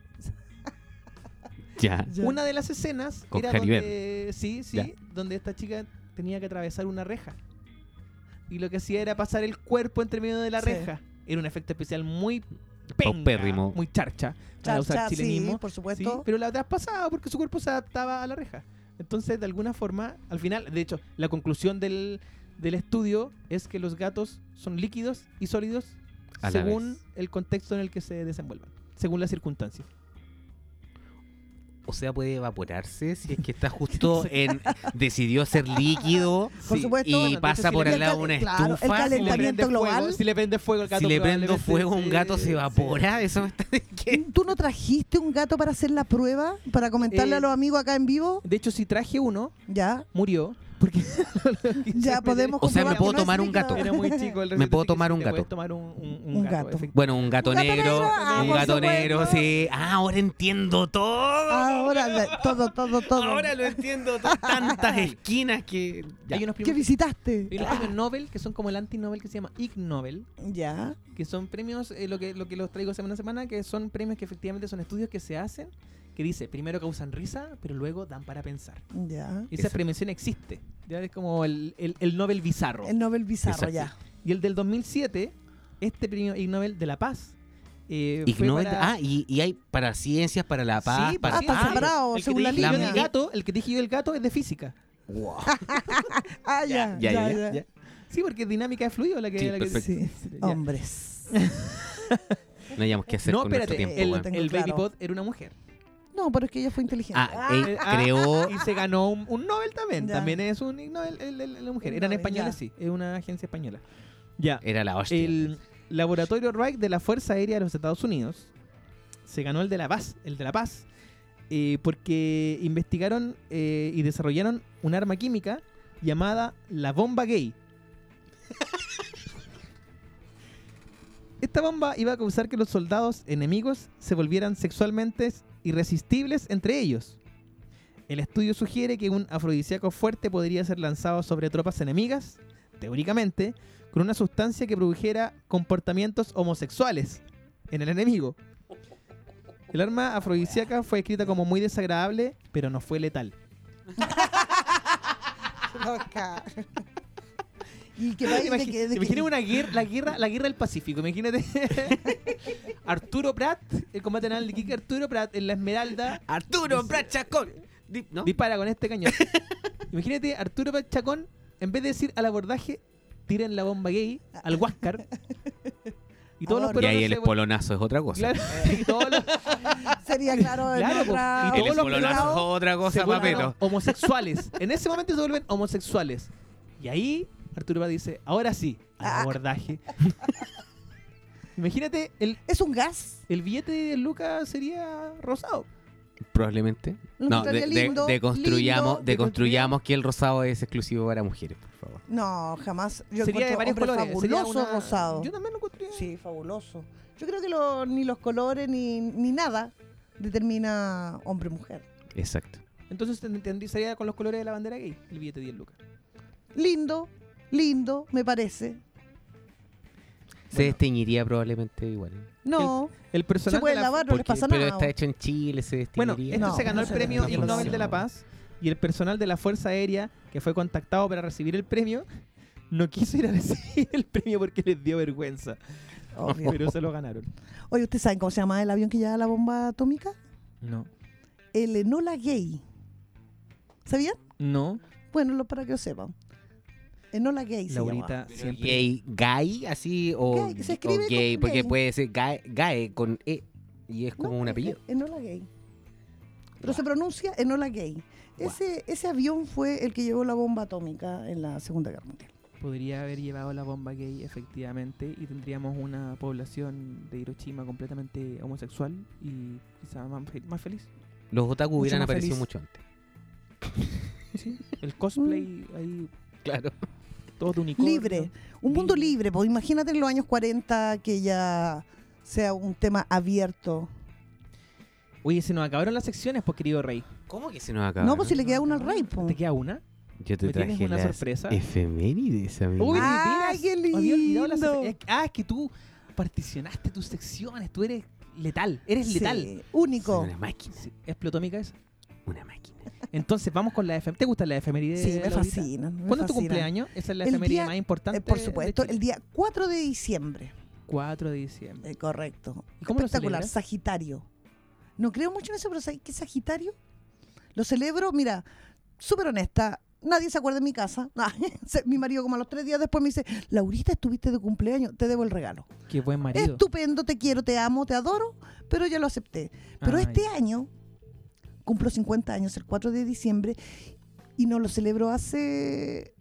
Speaker 1: Ya.
Speaker 3: Ya.
Speaker 2: Una de las escenas
Speaker 1: Con
Speaker 2: era
Speaker 1: Caribel.
Speaker 2: donde, sí, sí,
Speaker 1: Ya.
Speaker 2: donde esta chica tenía que atravesar una reja. Y lo que hacía era pasar el cuerpo entre medio de la
Speaker 3: Sí.
Speaker 2: reja. Era un efecto especial muy penca,
Speaker 1: Paupérrimo.
Speaker 2: muy charcha, para
Speaker 3: Cha-
Speaker 2: usar
Speaker 3: cha, sí,
Speaker 2: chilenismo.
Speaker 3: por
Speaker 2: sí,
Speaker 3: supuesto.
Speaker 2: pero la traspasaba porque su cuerpo se adaptaba a la reja. Entonces, de alguna forma, al final, de hecho, la conclusión del, del estudio es que los gatos son líquidos y sólidos
Speaker 1: A la
Speaker 2: según
Speaker 1: vez.
Speaker 2: el contexto en el que se desenvuelvan, según las circunstancias.
Speaker 1: O sea, puede evaporarse si es que está justo en. decidió ser líquido
Speaker 3: Por
Speaker 2: Sí,
Speaker 3: supuesto.
Speaker 1: y
Speaker 2: bueno, entonces
Speaker 1: pasa
Speaker 2: si
Speaker 1: por
Speaker 2: le-
Speaker 1: al lado de una
Speaker 3: el cal- claro, el
Speaker 1: estufa.
Speaker 2: Si le
Speaker 3: calentamiento
Speaker 2: prende fuego-
Speaker 3: global.
Speaker 2: si le prende fuego al gato,
Speaker 1: si le prendo
Speaker 2: probablemente
Speaker 1: fuego a
Speaker 2: se-
Speaker 1: un gato se evapora. Eso me está. ¿Qué?
Speaker 3: ¿Tú no trajiste un gato para hacer la prueba? ¿Para comentarle
Speaker 2: Eh,
Speaker 3: a los amigos acá en vivo?
Speaker 2: De hecho, si traje uno,
Speaker 3: Ya.
Speaker 2: murió. Porque
Speaker 3: Ya podemos
Speaker 1: O sea, ¿me
Speaker 3: comprobar que
Speaker 1: puedo
Speaker 3: no es
Speaker 1: tomar un
Speaker 3: líquido.
Speaker 1: gato?
Speaker 2: Era muy chico el
Speaker 1: ¿Me
Speaker 2: receptáculo,
Speaker 1: puedo
Speaker 2: así
Speaker 1: tomar
Speaker 2: que
Speaker 1: un
Speaker 2: te puedes
Speaker 1: gato?
Speaker 2: tomar un, un- un
Speaker 3: Un
Speaker 2: gato.
Speaker 3: gato.
Speaker 2: efectivamente.
Speaker 1: Bueno, un gato,
Speaker 3: gato
Speaker 1: negro.
Speaker 3: negro, ah,
Speaker 1: un
Speaker 3: por
Speaker 1: gato
Speaker 3: supuesto.
Speaker 1: negro, sí. Ah, ahora entiendo todo.
Speaker 3: Ahora, la- todo, todo, todo.
Speaker 1: Ahora lo entiendo. to- Tantas esquinas que. Ya.
Speaker 2: Hay unos
Speaker 3: ¿Qué
Speaker 2: premios,
Speaker 3: visitaste?
Speaker 2: hay unos premios Nobel que son como el anti-Nobel que se llama Ig Nobel,
Speaker 3: Ya.
Speaker 2: que son premios, eh, lo, que, lo que los traigo semana a semana, que son premios que efectivamente son estudios que se hacen, que dice, primero causan risa, pero luego dan para pensar.
Speaker 3: Ya.
Speaker 2: Y esa
Speaker 1: Exacto.
Speaker 2: premiación existe. Ya es como el, el, el Nobel bizarro.
Speaker 3: El Nobel Bizarro,
Speaker 1: Exacto.
Speaker 3: ya.
Speaker 2: Y el del 2007, este premio Ig Nobel de la Paz. eh,
Speaker 1: Ig
Speaker 2: fue
Speaker 1: Nobel-
Speaker 2: para-
Speaker 1: Ah, y, y hay para ciencias, para la paz.
Speaker 2: Sí,
Speaker 1: para
Speaker 3: Ah, están
Speaker 2: Ah,
Speaker 3: separados,
Speaker 2: el que
Speaker 3: según
Speaker 2: te
Speaker 3: la
Speaker 2: dije
Speaker 1: la
Speaker 2: yo
Speaker 3: línea.
Speaker 2: del gato, el que te dije yo del gato es de física.
Speaker 1: Wow.
Speaker 3: Ah, ya.
Speaker 1: Ya,
Speaker 3: Ya,
Speaker 1: ya,
Speaker 3: ya.
Speaker 1: ya, ya.
Speaker 2: Sí, porque es dinámica de fluido la que...
Speaker 1: Sí,
Speaker 2: la que-
Speaker 1: perfecto.
Speaker 3: Sí.
Speaker 2: Ya.
Speaker 3: Hombres.
Speaker 1: No hayamos que hacer
Speaker 2: No,
Speaker 1: con nuestro
Speaker 2: espérate,
Speaker 1: tiempo,
Speaker 2: el,
Speaker 1: weón.
Speaker 3: Tengo
Speaker 2: el Baby
Speaker 3: claro.
Speaker 2: Pod era una mujer.
Speaker 3: No, pero es que ella fue inteligente.
Speaker 1: Ah,
Speaker 3: Ah,
Speaker 1: eh, creó.
Speaker 2: Y se ganó un, un Nobel también.
Speaker 3: Ya.
Speaker 2: También es un Ig Nobel, el- el- la mujer.
Speaker 3: Un
Speaker 2: Eran
Speaker 3: Nobel,
Speaker 2: españoles,
Speaker 3: ya.
Speaker 2: sí. Es una agencia española. Ya.
Speaker 1: Era la hostia.
Speaker 2: El Laboratorio Wright de la Fuerza Aérea de los Estados Unidos se ganó el de la paz, el de la paz, eh, porque investigaron eh, y desarrollaron un arma química llamada la bomba gay. Esta bomba iba a causar que los soldados enemigos se volvieran sexualmente irresistibles entre ellos. El estudio sugiere que un afrodisíaco fuerte podría ser lanzado sobre tropas enemigas, teóricamente, con una sustancia que produjera comportamientos homosexuales en el enemigo. El arma afrodisíaca fue escrita como muy desagradable, pero no fue letal.
Speaker 3: Ah, loca. ¿Y qué país de
Speaker 2: Imagi-
Speaker 3: qué? de
Speaker 2: imagina
Speaker 3: qué-
Speaker 2: una guerra, la guerra, la guerra del Pacífico. Imagínate Arturo Pratt, el combate naval de Quique Arturo Pratt en la Esmeralda
Speaker 1: Arturo Prachacón. Di- ¿no?
Speaker 2: dispara con este cañón. Imagínate Arturo Pratt Chacón, en vez de decir al abordaje, tiran la bomba gay al Huáscar. Y todos los
Speaker 3: Ahora.
Speaker 1: Y
Speaker 2: peruanos
Speaker 1: ahí el
Speaker 2: se vol-
Speaker 1: espolonazo es otra cosa.
Speaker 2: Claro, y todos los-
Speaker 3: Sería claro. en
Speaker 2: Claro, pues,
Speaker 3: otra-
Speaker 2: y
Speaker 1: El
Speaker 2: todos los
Speaker 1: espolonazo es
Speaker 3: lados
Speaker 1: otra cosa,
Speaker 2: se vuelven
Speaker 1: papeto.
Speaker 2: homosexuales. en ese momento se vuelven homosexuales. Y ahí Arturo Paz dice, ahora sí,
Speaker 3: Ah.
Speaker 2: al abordaje. Imagínate, el,
Speaker 3: Es un gas.
Speaker 2: el billete de Lucas sería rosado.
Speaker 1: Probablemente.
Speaker 3: Lo
Speaker 1: No, de,
Speaker 3: encontraría
Speaker 1: de-
Speaker 3: lindo,
Speaker 1: deconstruyamos,
Speaker 3: lindo,
Speaker 1: deconstruyamos que el rosado es exclusivo para mujeres, por favor.
Speaker 3: No, jamás. Yo
Speaker 2: sería de
Speaker 3: encuentro
Speaker 2: varios
Speaker 3: hombres
Speaker 2: colores. sería
Speaker 3: fabuloso
Speaker 2: una-
Speaker 3: rosado.
Speaker 2: Yo también lo encontré.
Speaker 1: Mm.
Speaker 3: Sí, fabuloso. Yo creo que lo- ni los colores ni, ni nada determina hombre-mujer.
Speaker 1: Exacto.
Speaker 2: Entonces te entendí, sería con los colores de la bandera gay, el billete de 10 lucas.
Speaker 3: Lindo, lindo, me parece.
Speaker 1: Se
Speaker 2: Bueno.
Speaker 1: desteñiría probablemente igual. ¿eh?
Speaker 3: No,
Speaker 2: El personal
Speaker 3: se puede
Speaker 2: de la-
Speaker 3: lavar, no les
Speaker 1: Porque-
Speaker 3: pasa
Speaker 1: pero este
Speaker 3: nada.
Speaker 1: está hecho en Chile, se
Speaker 2: Bueno,
Speaker 1: desteñiría.
Speaker 2: esto
Speaker 3: No,
Speaker 2: se ganó
Speaker 3: no
Speaker 2: el
Speaker 3: se
Speaker 2: premio
Speaker 3: gana.
Speaker 2: Ig Nobel de la Paz y el personal de la Fuerza Aérea que fue contactado para recibir el premio no quiso ir a recibir el premio porque les dio vergüenza,
Speaker 3: obvio.
Speaker 2: pero se lo ganaron.
Speaker 3: Oye, ¿ustedes saben cómo se llama el avión que lleva la bomba atómica?
Speaker 2: No.
Speaker 3: El Enola Gay. ¿Sabían?
Speaker 2: No,
Speaker 3: Bueno, lo para que lo sepan. Enola Gay se llama.
Speaker 2: Laurita
Speaker 1: Pero
Speaker 2: siempre.
Speaker 1: Gay, gay, así, o
Speaker 3: Gay, se
Speaker 1: o
Speaker 3: escribe
Speaker 1: gay,
Speaker 3: como
Speaker 1: porque
Speaker 3: gay.
Speaker 1: puede ser gae, gae con E y es como
Speaker 3: No,
Speaker 1: un apellido.
Speaker 3: Enola Gay. Pero
Speaker 1: Guau.
Speaker 3: se pronuncia Enola Gay.
Speaker 1: Guau.
Speaker 3: Ese, ese avión fue el que llevó la bomba atómica en la Segunda Guerra Mundial.
Speaker 2: Podría haber llevado la bomba gay efectivamente y tendríamos una población de Hiroshima completamente homosexual y quizá más, fe- más feliz.
Speaker 1: Los otaku
Speaker 2: Mucho
Speaker 1: hubieran
Speaker 2: más
Speaker 1: aparecido
Speaker 2: feliz.
Speaker 1: mucho antes.
Speaker 2: Sí, El cosplay ahí,
Speaker 1: Claro.
Speaker 2: todo de unicornio.
Speaker 3: Libre. Un mundo libre, pues imagínate en los años 40 que ya sea un tema abierto.
Speaker 2: Oye, se nos acabaron las secciones, pues querido rey.
Speaker 1: ¿Cómo que se nos acaba?
Speaker 3: no, pues si le queda una al rey, po.
Speaker 2: ¿Te queda una?
Speaker 1: Yo te
Speaker 2: ¿Me tienes
Speaker 1: traje
Speaker 2: una
Speaker 1: las
Speaker 2: sorpresa?
Speaker 1: efemérides, amigo.
Speaker 2: Uy,
Speaker 3: ¡Ay,
Speaker 2: mentiras.
Speaker 3: qué
Speaker 2: Había olvidado la
Speaker 3: lindo!
Speaker 2: sec- es que- ah, es que tú particionaste tus secciones. Tú eres letal. Eres
Speaker 3: Sí,
Speaker 2: letal.
Speaker 1: Soy
Speaker 3: Único.
Speaker 1: una máquina,
Speaker 2: Sí, explotómica esa.
Speaker 1: una máquina.
Speaker 2: Entonces vamos con la efeméride. ¿Te gusta eh, la efeméride?
Speaker 3: Sí, me
Speaker 2: Laurita?
Speaker 3: fascina. me
Speaker 2: ¿Cuándo es tu
Speaker 3: fascina.
Speaker 2: cumpleaños? Esa es la
Speaker 3: El
Speaker 2: efeméride
Speaker 3: día-
Speaker 2: más
Speaker 3: Eh,
Speaker 2: importante.
Speaker 3: por supuesto, el día 4 de diciembre.
Speaker 2: 4 de diciembre.
Speaker 3: Eh, correcto.
Speaker 2: ¿Y cómo lo
Speaker 3: Espectacular.
Speaker 2: celebras?
Speaker 3: Sagitario. No creo mucho en eso, pero ¿sabes qué Sagitario? Lo celebro, mira, súper honesta. nadie se acuerda en mi casa. Ah, Se- mi marido como a los tres días después me dice, Laurita, estuviste de cumpleaños, te debo el regalo.
Speaker 2: Qué buen marido.
Speaker 3: Estupendo, te quiero, te amo, te adoro, pero ya lo acepté. Pero
Speaker 2: Ah,
Speaker 3: este
Speaker 2: ya.
Speaker 3: año cumplo 50 años, el 4 de diciembre, y no lo celebro hace...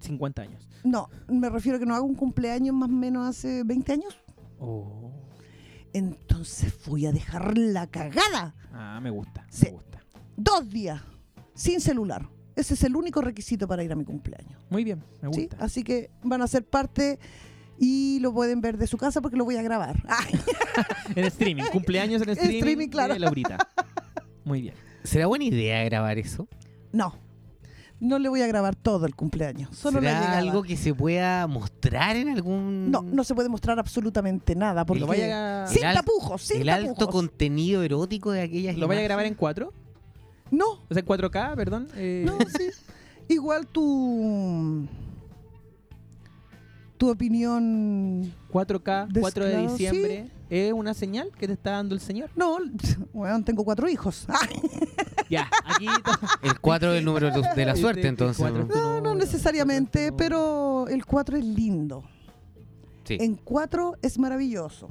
Speaker 2: 50 años.
Speaker 3: No, me refiero a que no hago un cumpleaños más o menos hace 20 años.
Speaker 2: Oh.
Speaker 3: Entonces voy a dejar la cagada.
Speaker 2: Ah, me gusta,
Speaker 3: Sí.
Speaker 2: me gusta.
Speaker 3: Dos días sin celular. Ese es el único requisito para ir a mi cumpleaños.
Speaker 2: Muy bien, me
Speaker 3: ¿sí?
Speaker 2: gusta.
Speaker 3: Así que van a ser parte y lo pueden ver de su casa porque lo voy a grabar. Ay,
Speaker 2: En streaming, cumpleaños en streaming.
Speaker 3: streaming, claro.
Speaker 2: de Laurita. Muy bien.
Speaker 1: ¿Será buena idea grabar eso?
Speaker 3: no, no le voy a grabar todo el cumpleaños. Solo la
Speaker 1: ¿Será
Speaker 3: llegada.
Speaker 1: algo que se pueda mostrar en algún...
Speaker 3: No, no se puede mostrar absolutamente nada porque
Speaker 2: ¿Lo vaya, a-
Speaker 3: sin
Speaker 1: El al-
Speaker 3: tapujos, sin
Speaker 1: el alto
Speaker 3: tapujos.
Speaker 1: contenido erótico de aquellas
Speaker 2: ¿lo vaya a grabar en
Speaker 1: imágenes?
Speaker 2: 4?
Speaker 3: No,
Speaker 2: O sea, en 4K, perdón. eh,
Speaker 3: no, sí. Igual tu tu opinión
Speaker 2: 4K, 4 de
Speaker 3: Desclaro,
Speaker 2: diciembre. ¿Es una señal que te está dando el señor?
Speaker 3: no, bueno, tengo cuatro hijos. Ay,
Speaker 2: Ya, aquí.
Speaker 1: El 4 del número de de la suerte, entonces. ¿no?
Speaker 3: no, no necesariamente, pero el cuatro es lindo.
Speaker 1: Sí.
Speaker 3: En cuatro es maravilloso.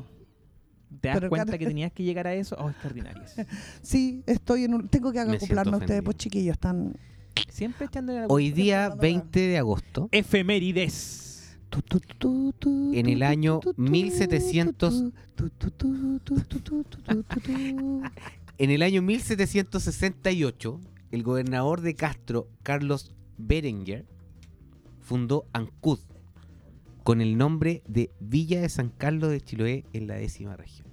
Speaker 2: ¿Te das
Speaker 3: pero
Speaker 2: cuenta
Speaker 3: claro.
Speaker 2: que tenías que llegar a eso? Oh, extraordinarias.
Speaker 3: Sí, estoy en un, tengo que
Speaker 1: siento
Speaker 3: acoplarme a ustedes,
Speaker 1: ofendido.
Speaker 3: pues chiquillos, están
Speaker 2: Siempre echándole la
Speaker 1: Hoy
Speaker 2: culpa.
Speaker 1: día, 20 de agosto,
Speaker 2: Efemérides.
Speaker 3: tu, tu, tu, tu,
Speaker 1: En el
Speaker 3: tu,
Speaker 1: año
Speaker 3: tu, tu,
Speaker 1: 1700.
Speaker 3: tu, tu, tu, tu, tu, tu, tu, tu, tu, tu.
Speaker 1: en el año 1768, el gobernador de Castro, Carlos Berenguer, fundó Ancud con el nombre de Villa de San Carlos de Chiloé en la décima región.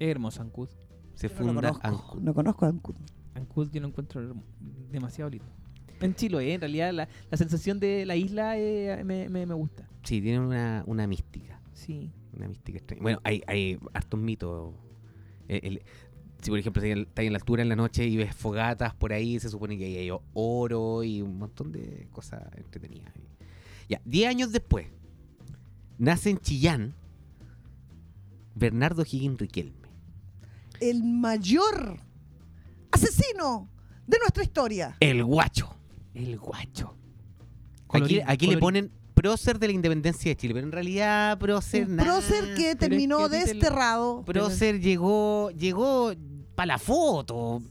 Speaker 2: Hermoso, Ancud.
Speaker 1: Se
Speaker 3: Yo no
Speaker 1: funda
Speaker 3: conozco,
Speaker 1: Ancud.
Speaker 3: No conozco a Ancud.
Speaker 2: Ancud yo lo encuentro hermo- demasiado lindo. En Chiloé, en realidad, la, la sensación de la isla eh, me, me- me gusta.
Speaker 1: Sí, tiene una, una mística.
Speaker 2: Sí.
Speaker 1: Una mística extraña. Bueno, hay, hay hartos mitos. Eh, el- si, por ejemplo, estás en- estás en la altura en la noche y ves fogatas por ahí, se supone que ahí hay oro y un montón de cosas entretenidas. Ya, 10 años después, nace en Chillán Bernardo Higgins Riquelme.
Speaker 3: El mayor asesino de nuestra historia.
Speaker 1: El guacho.
Speaker 2: El guacho.
Speaker 1: Aquí,
Speaker 2: Colorín,
Speaker 1: aquí le
Speaker 2: colorín.
Speaker 1: ponen prócer de la independencia de Chile, pero en realidad prócer
Speaker 3: Un
Speaker 1: nada.
Speaker 3: prócer que
Speaker 2: pero
Speaker 3: terminó
Speaker 2: es que a ti te lo-
Speaker 3: desterrado.
Speaker 1: Prócer llegó, llegó para la foto.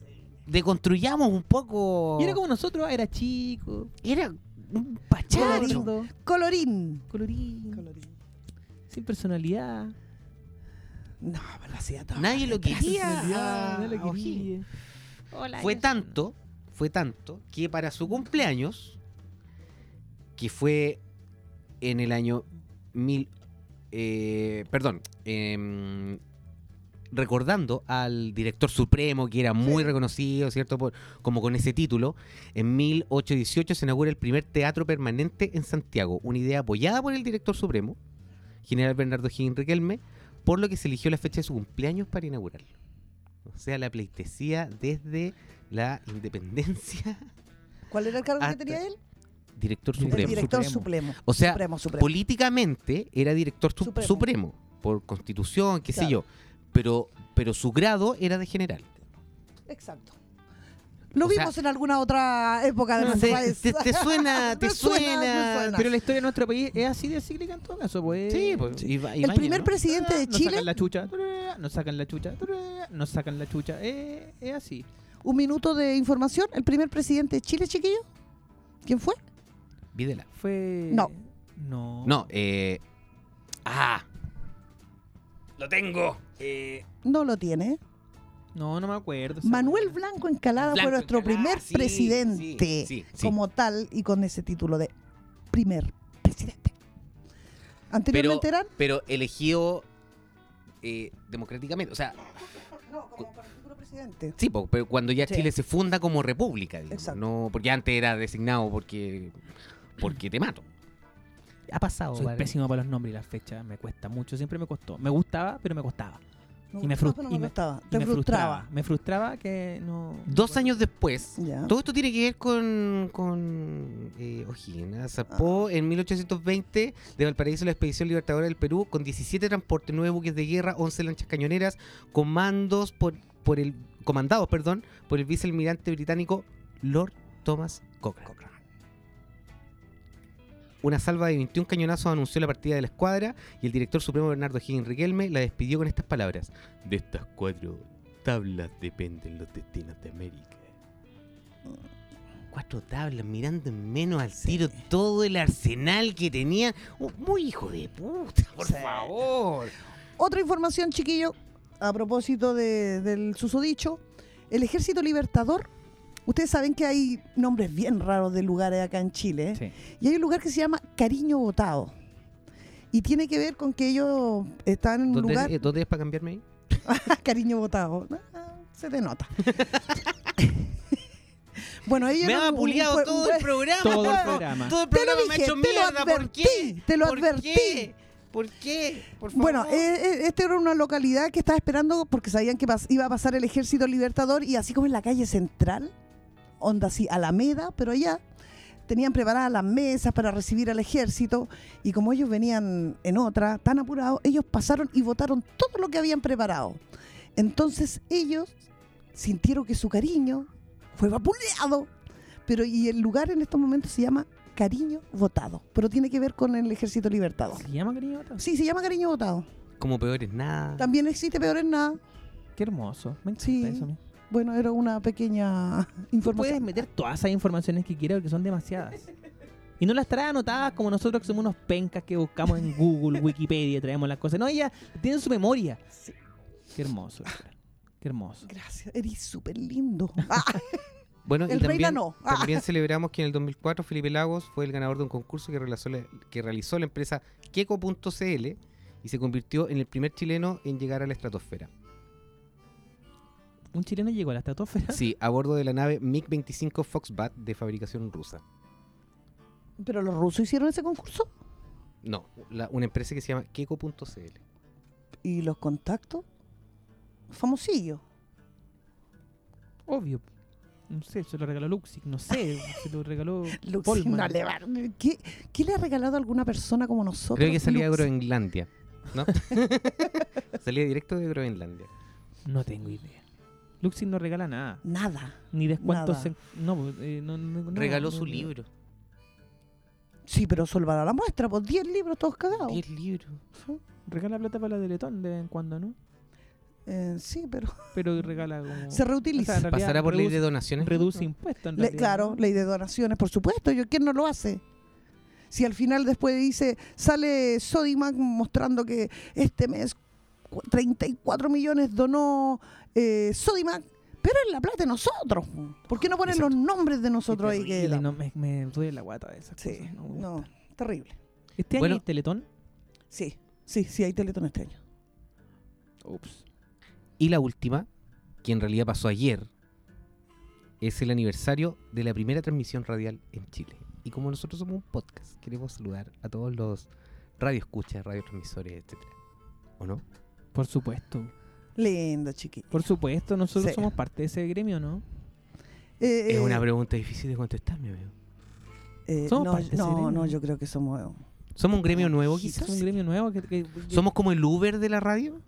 Speaker 1: Deconstruyamos un poco.
Speaker 3: Oh.
Speaker 2: Y era como nosotros, era chico,
Speaker 1: Era un pachacho.
Speaker 2: lindo,
Speaker 3: Colorín.
Speaker 2: colorín, sin personalidad.
Speaker 3: No, me lo hacía todo.
Speaker 1: Nadie lo quería.
Speaker 3: Ah,
Speaker 2: personalidad, no lo
Speaker 1: a O'Higgins.
Speaker 2: quería.
Speaker 1: Fue tanto, fue tanto, que para su cumpleaños, que fue en el año mil. eh, perdón, em, recordando al director supremo, que era muy reconocido, ¿cierto? Por- como con ese título, en 1818 se inaugura el primer teatro permanente en Santiago, una idea apoyada por el director supremo, general Bernardo Higgins Riquelme, por lo que se eligió la fecha de su cumpleaños para inaugurarlo. O sea, la pleitesía desde la independencia,
Speaker 3: ¿Cuál era el cargo que
Speaker 1: Hasta-
Speaker 3: tenía él?
Speaker 1: director
Speaker 2: El
Speaker 1: supremo.
Speaker 3: el director
Speaker 2: Supremo.
Speaker 3: supremo.
Speaker 1: O sea,
Speaker 3: supremo, supremo.
Speaker 1: políticamente era director su- supremo.
Speaker 3: Supremo.
Speaker 1: por constitución, qué sé
Speaker 3: Claro.
Speaker 1: yo, pero, pero su grado era de general.
Speaker 3: Exacto. Lo
Speaker 1: O sea-
Speaker 3: vimos en alguna otra época de
Speaker 1: No
Speaker 3: nuestro
Speaker 1: sé,
Speaker 3: país.
Speaker 1: te, te suena, te
Speaker 3: Me suena, me
Speaker 1: suena.
Speaker 3: suena.
Speaker 2: Pero la historia de nuestro país es así de cíclica en todo caso, pues.
Speaker 1: Sí, pues, y va- y
Speaker 3: El
Speaker 1: baña,
Speaker 3: primer
Speaker 1: ¿no?
Speaker 3: presidente de
Speaker 2: Ah, nos
Speaker 3: Chile,
Speaker 2: sacan la chucha, tururá, nos sacan la chucha, tururá, nos sacan la chucha. Eh, es así.
Speaker 3: un minuto de información, el primer presidente de Chile, chiquillo. ¿Quién fue?
Speaker 1: Videla.
Speaker 2: Fue.
Speaker 3: No.
Speaker 2: No.
Speaker 1: No, eh. ¡Ah! ¡Lo tengo! Eh,
Speaker 3: No lo tiene.
Speaker 2: No, no me acuerdo. esa
Speaker 3: Manuel
Speaker 2: weá.
Speaker 3: Blanco Encalada
Speaker 1: Blanco
Speaker 3: fue nuestro
Speaker 1: Encalada,
Speaker 3: primer
Speaker 1: sí,
Speaker 3: presidente
Speaker 1: sí, sí, sí.
Speaker 3: como tal y con ese título de primer presidente. Anteriormente eran
Speaker 1: pero elegido eh, democráticamente. O sea,
Speaker 3: no, como por título presidente.
Speaker 1: sí, po, pero cuando ya
Speaker 3: Sí.
Speaker 1: Chile se funda como república, digamos,
Speaker 3: Exacto.
Speaker 1: no, porque antes era designado porque, porque te mato. Ha pasado.
Speaker 2: Soy
Speaker 1: vale.
Speaker 2: pésimo para los nombres y las fechas, me cuesta mucho, siempre me costó. Me gustaba, pero me costaba. Y me frust-
Speaker 3: no
Speaker 2: y me-
Speaker 3: gustaba,
Speaker 2: Y
Speaker 3: te
Speaker 2: me
Speaker 3: frustraba.
Speaker 2: Me frustraba que no.
Speaker 1: Dos años después,
Speaker 3: Ya.
Speaker 1: todo esto tiene que ver con, con eh, O'Higgins. Zarpó
Speaker 3: Ah.
Speaker 1: en 1820 de Valparaíso la Expedición Libertadora del Perú con 17 transportes, 9 buques de guerra, 11 lanchas cañoneras, comandos por, por el, comandados perdón, por el vicealmirante británico Lord Thomas Cochrane. Una salva de 21 cañonazos anunció la partida de la escuadra y el director supremo Bernardo Higgins Riquelme la despidió con estas palabras. De estas cuatro tablas dependen los destinos de América. Cuatro tablas, mirando en menos al tiro todo el arsenal que tenía. Oh, muy hijo de puta, por
Speaker 3: Sí.
Speaker 1: favor.
Speaker 3: Otra información, chiquillo, a propósito de- del susodicho. El Ejército Libertador. Ustedes saben que hay nombres bien raros de lugares acá en Chile. ¿eh?
Speaker 2: Sí.
Speaker 3: Y hay un lugar que se llama Cariño Botado. Y tiene que ver con que ellos estaban en un
Speaker 1: ¿Dónde,
Speaker 3: lugar...
Speaker 1: eh, dónde es para cambiarme ahí?
Speaker 3: Cariño Botado. Ah, Se te nota. bueno, ellos
Speaker 1: Me
Speaker 3: eran
Speaker 1: ha
Speaker 3: un- un
Speaker 1: apuleado
Speaker 3: pue- un
Speaker 1: todo
Speaker 3: pue-
Speaker 1: el programa.
Speaker 2: Todo
Speaker 1: por
Speaker 2: el
Speaker 1: favor.
Speaker 2: programa.
Speaker 1: Todo el
Speaker 3: Te lo
Speaker 1: programa me ha
Speaker 3: dije,
Speaker 1: hecho
Speaker 3: te lo
Speaker 1: mierda. ¿Por qué?
Speaker 3: advertí, te lo
Speaker 1: ¿Por
Speaker 3: advertí.
Speaker 1: qué? ¿Por qué? Por favor.
Speaker 3: Bueno, eh, eh, esta era una localidad que estaba esperando porque sabían que pas- iba a pasar el ejército libertador y así como en la calle central, onda así, Alameda, pero allá tenían preparadas las mesas para recibir al ejército y como ellos venían en otra, tan apurados, ellos pasaron y votaron todo lo que habían preparado. Entonces ellos sintieron que su cariño fue vapuleado, pero y el lugar en estos momentos se llama Cariño Votado, pero tiene que ver con el ejército libertador.
Speaker 2: ¿Se llama cariño Botado?
Speaker 3: Sí, se llama Cariño Votado.
Speaker 1: Como peor es nada.
Speaker 3: También existe Peor en Nada.
Speaker 2: Qué hermoso. Me encanta
Speaker 3: Sí.
Speaker 2: eso. a mí.
Speaker 3: Bueno, era una pequeña
Speaker 2: Tú puedes
Speaker 3: información.
Speaker 2: meter todas esas informaciones que quieras porque son demasiadas. Y no las traes anotadas como nosotros que somos unos pencas que buscamos en Google, Wikipedia, traemos las cosas. No, ella tiene su memoria.
Speaker 3: Ah, Sí.
Speaker 2: Qué hermoso. Gabriel. Qué hermoso.
Speaker 3: Gracias, eres súper lindo. Ah,
Speaker 1: Bueno, y
Speaker 3: el rey
Speaker 1: también,
Speaker 3: ganó. Ah.
Speaker 1: también celebramos que en el 2004 Felipe Lagos fue el ganador de un concurso que realizó la, que realizó la empresa Keco.cl y se convirtió en el primer chileno en llegar a la estratosfera.
Speaker 2: Un chileno llegó a la estratosfera.
Speaker 1: Sí, a bordo de la nave MiG-25 Foxbat de fabricación rusa.
Speaker 3: Pero los rusos hicieron ese concurso.
Speaker 1: No, la- una empresa que se llama Keco.cl.
Speaker 3: ¿Y los contactos? Famosillo.
Speaker 2: Obvio. No sé, se lo regaló Luxig. No sé, se lo regaló
Speaker 3: Lux-
Speaker 2: Polman.
Speaker 3: no le va- ¿Qué, qué le ha regalado a alguna persona como nosotros?
Speaker 1: Creo que salía de
Speaker 3: Lux?
Speaker 1: Groenlandia, ¿no? salía directo de Groenlandia.
Speaker 2: No tengo idea. Luxig no regala nada.
Speaker 3: Nada.
Speaker 2: Ni descuentos.
Speaker 3: Nada.
Speaker 2: en- No, eh, no, no, no, no, no.
Speaker 3: Sí, pero solo para la muestra, pues 10 libros todos cagados.
Speaker 1: libros.
Speaker 2: Regala plata para la Deletón de vez en cuando, ¿no?
Speaker 3: Eh, sí, pero
Speaker 2: Pero regala como...
Speaker 3: se
Speaker 2: O sea,
Speaker 3: reutiliza.
Speaker 2: en realidad
Speaker 1: ¿Pasará por ley de
Speaker 2: reduce-
Speaker 1: donaciones?
Speaker 2: Reduce impuestos, en
Speaker 3: Le-
Speaker 2: realidad,
Speaker 3: claro,
Speaker 2: ¿no?
Speaker 3: ley de donaciones, por supuesto. Yo, ¿Quién no lo hace? Si al final después dice, sale Sodimac mostrando que este mes cu- 34 millones donó eh, Sodimac, pero es la plata de nosotros. po. ¿Por qué no ponen
Speaker 2: Exacto.
Speaker 3: los nombres de
Speaker 2: Qué
Speaker 3: nosotros ahí? Que
Speaker 2: terrible,
Speaker 3: damos?
Speaker 2: no, me, me duele la guata de esas
Speaker 3: Sí,
Speaker 2: cosas. no me
Speaker 3: no,
Speaker 2: gusta.
Speaker 3: terrible.
Speaker 2: Este
Speaker 1: Bueno.
Speaker 2: año hay Teletón.
Speaker 3: Sí, sí, sí, hay Teletón este año.
Speaker 2: Ups.
Speaker 1: Y la última, que en realidad pasó ayer, es el aniversario de la primera transmisión radial en Chile. Y como nosotros somos un podcast, queremos saludar a todos los radioescuchas, radiotransmisores, etcétera. ¿O no?
Speaker 2: Por supuesto.
Speaker 3: Lindo, chiquillo.
Speaker 2: Por supuesto, nosotros
Speaker 3: Sí.
Speaker 2: somos parte de ese gremio, ¿no?
Speaker 3: Eh,
Speaker 1: es
Speaker 3: eh,
Speaker 1: una pregunta difícil de contestar, mi amigo.
Speaker 3: eh,
Speaker 2: somos
Speaker 3: no,
Speaker 2: parte de ese
Speaker 3: no,
Speaker 2: gremio.
Speaker 3: no, yo creo que somos... eh,
Speaker 1: ¿Somos
Speaker 2: ah,
Speaker 1: un gremio nuevo
Speaker 2: Es
Speaker 1: quizás?
Speaker 2: un gremio nuevo que, que- que-
Speaker 1: ¿Somos como el Uber de la radio?